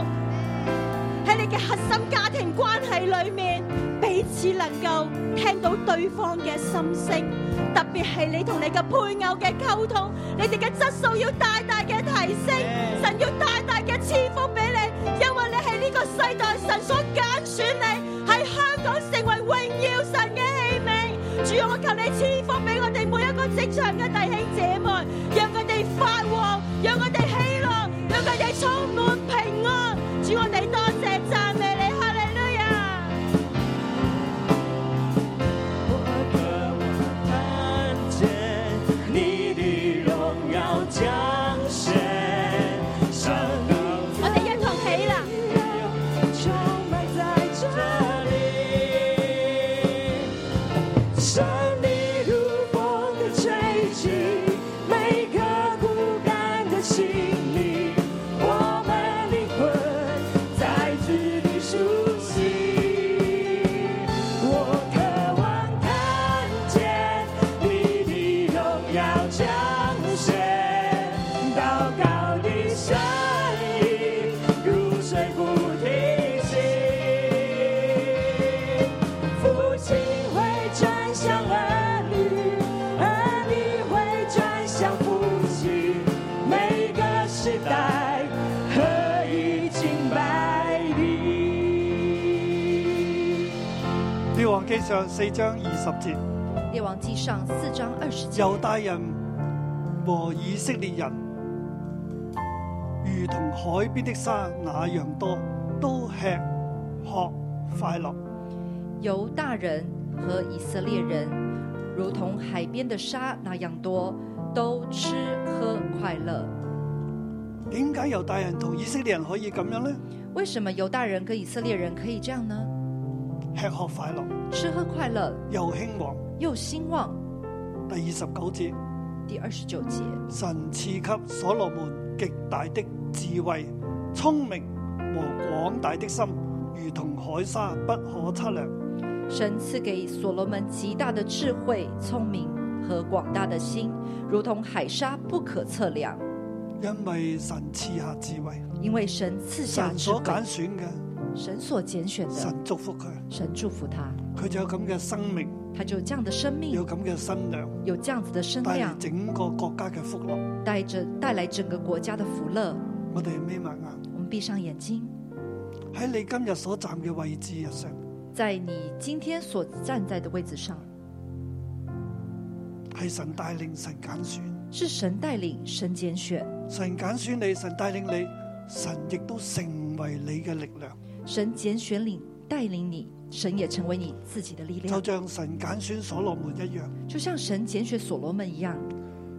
S8: 喺你嘅核心家庭關係裏面，彼此能夠聽到對方嘅心聲，特別係你同你嘅配偶嘅溝通，你哋嘅質素要大大嘅提升，神要大大嘅賜福俾你，因為你係呢個世代神所揀選你，喺香港成為榮耀神嘅器皿。主我求你賜福俾我哋每一個職場嘅弟兄姐妹，讓佢哋發旺，讓佢哋喜樂，讓佢哋充滿平安。主我哋多謝讚美你，哈利路亞！
S4: 我渴望看见你的荣耀降生，生命
S8: 我哋一同起啦！
S4: 充满在这里。生命如风的吹起，每个孤单的心灵，我们灵魂再次的苏醒。我渴望看见你的荣耀降生，祷告的声音如水不停息。父亲会转向儿女，儿女会转向父亲，每个时代何以敬拜你？
S2: 列王記上四章二十節。
S3: 列王记上四章二十节，
S2: 猶大人和以色列人，如同海邊的沙那樣多，都吃喝快樂。
S3: 犹大人和以色列人如同海边的沙那样多，都吃喝快乐。
S2: 點解猶大人同以色列人可以咁樣呢？
S3: 为什么犹大人跟以色列人可以这样呢？
S2: 吃喝快樂，
S3: 吃喝快乐
S2: 又興旺。
S3: 又兴旺。
S2: 第二十九節，
S3: 第二十九节，
S2: 神賜給所羅門極大的智慧、聰明和廣大的心，如同海沙不可測量。
S3: 神赐给所罗门极大的智慧、聪明和和广大的心，如同海沙不可测量，
S2: 因為神賜下智慧，
S3: 因为神赐下
S2: 神
S3: 智
S2: 所
S3: 慧，
S2: 揀選嘅，
S3: 神所拣选的，
S2: 神祝福佢，
S3: 神祝福他，
S2: 佢就有咁嘅生命，
S3: 他就有这样的生命
S2: 有，咁嘅身量，
S3: 有这样子的身
S2: 帶嚟
S3: 量，
S2: 整個國家嘅福樂。
S3: 带着带来整个国家的福乐。
S2: 我哋眯埋眼
S3: 我们闭上眼睛，
S2: 喺你今日所站嘅位置上，
S3: 在你今天所站在的位置上，
S2: 係神帶領，神揀選，
S3: 是神带领，神拣选，
S2: 神揀選你，神帶領你，神亦都成為你嘅力量。
S3: 神拣选领带领你，神也成为你自己的力量
S2: 就。像神揀選所羅門一樣，
S3: 就像神拣选所罗门一样，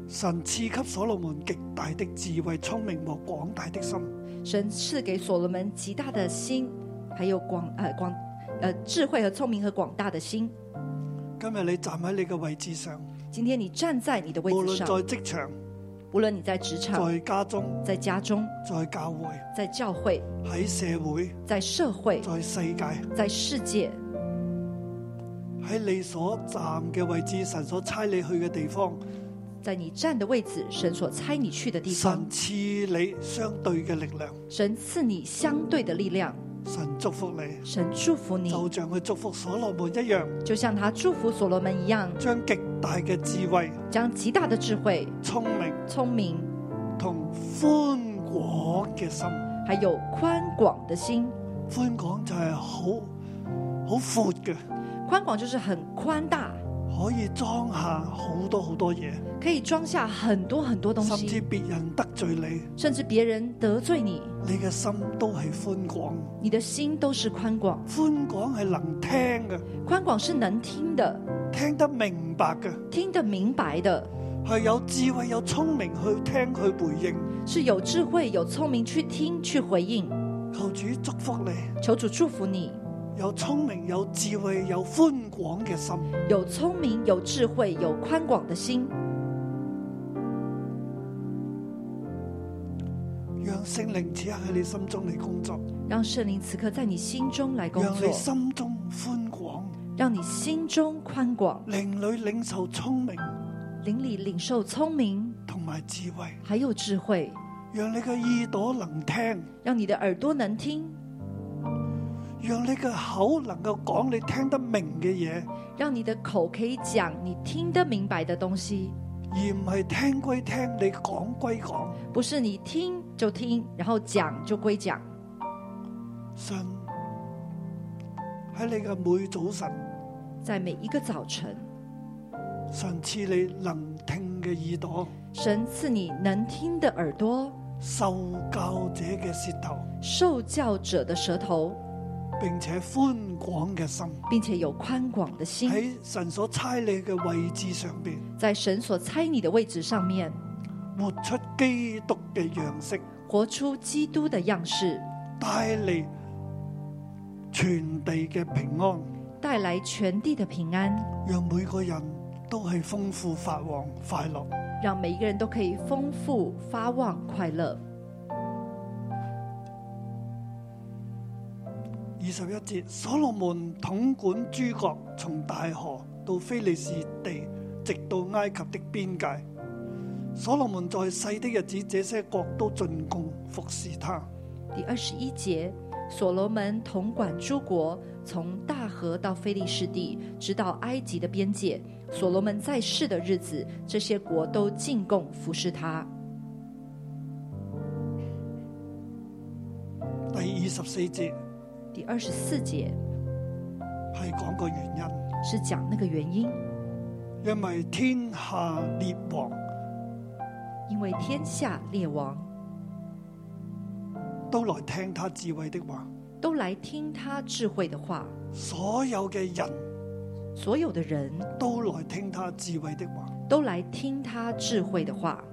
S2: 神賜給所羅門極大的智慧、聰明和廣大的心，
S3: 神赐给所罗门极大的心，还有广呃广呃智慧和聪明和广大的心。
S2: 今日你站喺你嘅位置上，
S3: 今天你站在你的位
S2: 無
S3: 置
S2: 論
S3: 上，
S2: 在職場、
S3: 无论你在职场、
S2: 在家中、
S3: 在家中、
S2: 在教會、
S3: 在教会、
S2: 喺社會、
S3: 在社会、
S2: 在世界，
S3: 在世界，
S2: 喺你所站嘅位置，神所差你去嘅地方，
S3: 在你站的位置，神所差你去的地方
S2: 神，賜你相對嘅力量，
S3: 神赐你相对的力量，
S2: 神祝福你，
S3: 神祝福你，
S2: 就像佢祝福所羅門一樣，
S3: 就像他祝福所罗门一样，
S2: 將極大嘅智慧、
S3: 将极大的智慧、
S2: 聰明
S3: 聪明，
S2: 同寬廣嘅心。
S3: 还有宽广的心。
S2: 宽广就係好好阔嘅，
S3: 宽广就是很宽大，
S2: 可以裝下好多好多嘢，
S3: 可以装下很多很多东
S2: 甚至
S3: 西，
S2: 別人得罪你，
S3: 甚至别人得罪你，
S2: 你嘅心都係寬廣。
S3: 你的心都是宽广。
S2: 寬廣係能聽嘅，
S3: 宽广是能听的，
S2: 聽得明白嘅，
S3: 听得明白的，
S2: 係有智慧、有聰明去聽去回應。
S3: 是有智慧、有聰明去听、去回应。
S2: 求主祝福你，
S3: 求主祝福你，
S2: 有聰明、有智慧、有寬廣嘅心。
S3: 有聪明、有智慧、有宽广的心，
S2: 讓聖靈此刻喺你心中嚟工作，
S3: 让圣灵此刻在你心中来工
S2: 讓
S3: 作
S2: 你，心中寬廣，
S3: 让你心中宽广，
S2: 靈裏領受聰明
S3: 灵里领受聪明，
S2: 同埋智慧。
S3: 还有智慧，
S2: 让你嘅耳朵能听，
S3: 让你的耳朵能听，
S2: 让你嘅口能够讲你听得明嘅嘢，
S3: 让你的口可以讲你听得明白的东西。
S2: 而唔系听归听，你讲归讲。
S3: 不是你听就听，然后讲就归讲。
S2: 神喺你嘅每早晨，
S3: 在每一个早晨，
S2: 神赐你能听嘅耳朵，
S3: 神赐你能听的耳朵，
S2: 受教者嘅舌头，
S3: 受教者的舌头，
S2: 并且宽广嘅心。
S3: 并且有宽广的心，
S2: 喺神所差你嘅位置上边，
S3: 在神所猜你的位置上面，
S2: 活出基督嘅样式，
S3: 活出基督的样式，
S2: 带嚟全地嘅平安。
S3: 带来全地的平安，
S2: 让每个人都系丰富发旺快乐。
S3: 让每一个人都可以丰富、发旺、快乐。
S2: 二十一节，所罗门统管诸国，从大河到非利士地，直到埃及的边界。所罗门在世的日子，这些国都进贡服侍他。
S3: 第二十一节，所罗门统管诸国，从大河到非利士地，直到埃及的边界。所罗门在世的日子，这些国都进贡服侍他。
S2: 第二十四节
S3: 第二十四节
S2: 系讲个原因，
S3: 是讲那个原因，
S2: 因为天下列王
S3: 因为天下列王
S2: 都来听他智慧的话，
S3: 都来听他智慧的话，
S2: 所有嘅人
S3: 所有的人
S2: 都来听他智慧的话。
S3: 都来听他智慧的话。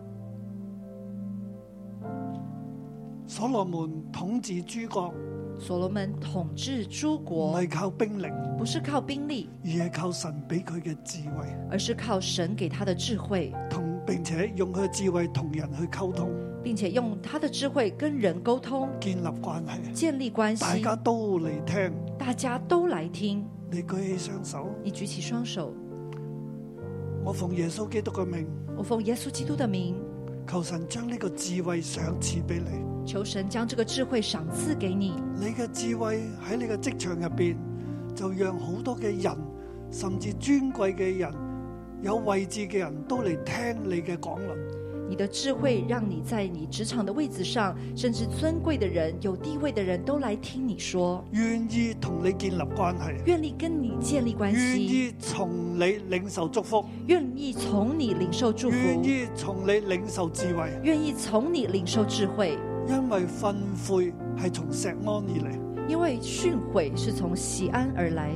S2: 所罗门统治诸国
S3: 所罗门统治诸
S2: 唔
S3: 国
S2: 系靠兵力。
S3: 不是靠兵力，
S2: 而係靠神俾佢嘅智慧，
S3: 而是靠神给他的智慧。
S2: 同並且用佢嘅智慧同人去溝通，
S3: 并且用他的智慧跟人沟通，
S2: 建立關係。
S3: 建立关系。
S2: 大家都嚟聽，
S3: 大家都来听，
S2: 你舉起雙手，
S3: 你举起双手，
S2: 我奉耶穌基督嘅名，
S3: 我奉耶稣基督的名，
S2: 求神將呢個智慧賞賜俾你。
S3: 求神将这个智慧赏赐给你。
S2: 你嘅智慧喺你嘅職場入邊，就讓好多嘅人，甚至尊貴嘅人、有位置嘅人都嚟聽你嘅講論。
S3: 你的智慧让你在你职场的位置上，甚至尊贵的人、有地位的人都来听你说，
S2: 願意同你建立關係，
S3: 愿意跟你建立关
S2: 願
S3: 系，
S2: 意從你領受祝福，
S3: 愿意從你领受祝福，
S2: 願意從你領受智慧。
S3: 愿意從你领受智慧，
S2: 因為訓悔係從石安而嚟，
S3: 因为训诲是从喜安而来，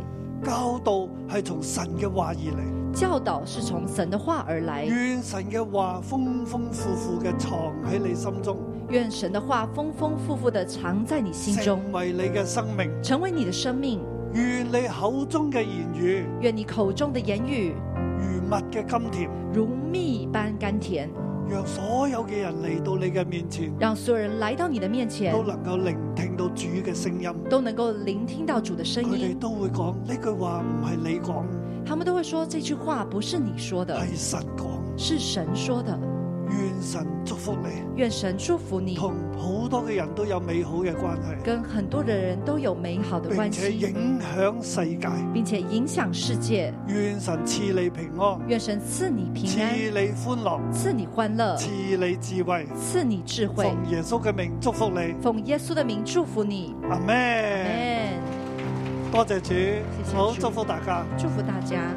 S2: 教導係從神嘅話而嚟。
S3: 教导是从神的话而来。
S2: 願神嘅話豐豐富富嘅藏喺你心中，
S3: 愿神的话丰丰富富的藏在你心中，
S2: 成為你嘅生命。
S3: 成为你的生命。
S2: 願你口中嘅言
S3: 愿你口中的言语
S2: 語如蜜嘅甘甜，
S3: 如蜜般甘甜，
S2: 讓所有嘅人嚟到你嘅面前，
S3: 让所有人来到你的面前
S2: 都能夠聆聽到主嘅聲音。
S3: 都能够聆听到主的声
S2: 佢哋
S3: 音。
S2: 都會講呢句話唔係你講，
S3: 他们都会说这句话不是你说的，
S2: 係神講。
S3: 是神说的。
S2: 願神祝福你，
S3: 愿神祝福你，
S2: 同好多嘅人都有美好嘅關係。
S3: 跟很多的人都有美好的
S2: 并
S3: 关
S2: 且
S3: 系，
S2: 影响世界。
S3: 并且影响世界。
S2: 愿神赐你平安，
S3: 愿神赐你
S2: 赐
S3: 平安，
S2: 你欢乐，
S3: 赐你欢乐，
S2: 赐你智慧。
S3: 赐你智慧。
S2: 奉耶稣嘅名祝福你，
S3: 奉耶稣的名祝福你，
S2: 阿咩？
S3: Amen
S2: 多谢主，
S3: 主
S2: 好祝福大家。
S3: 祝福大家。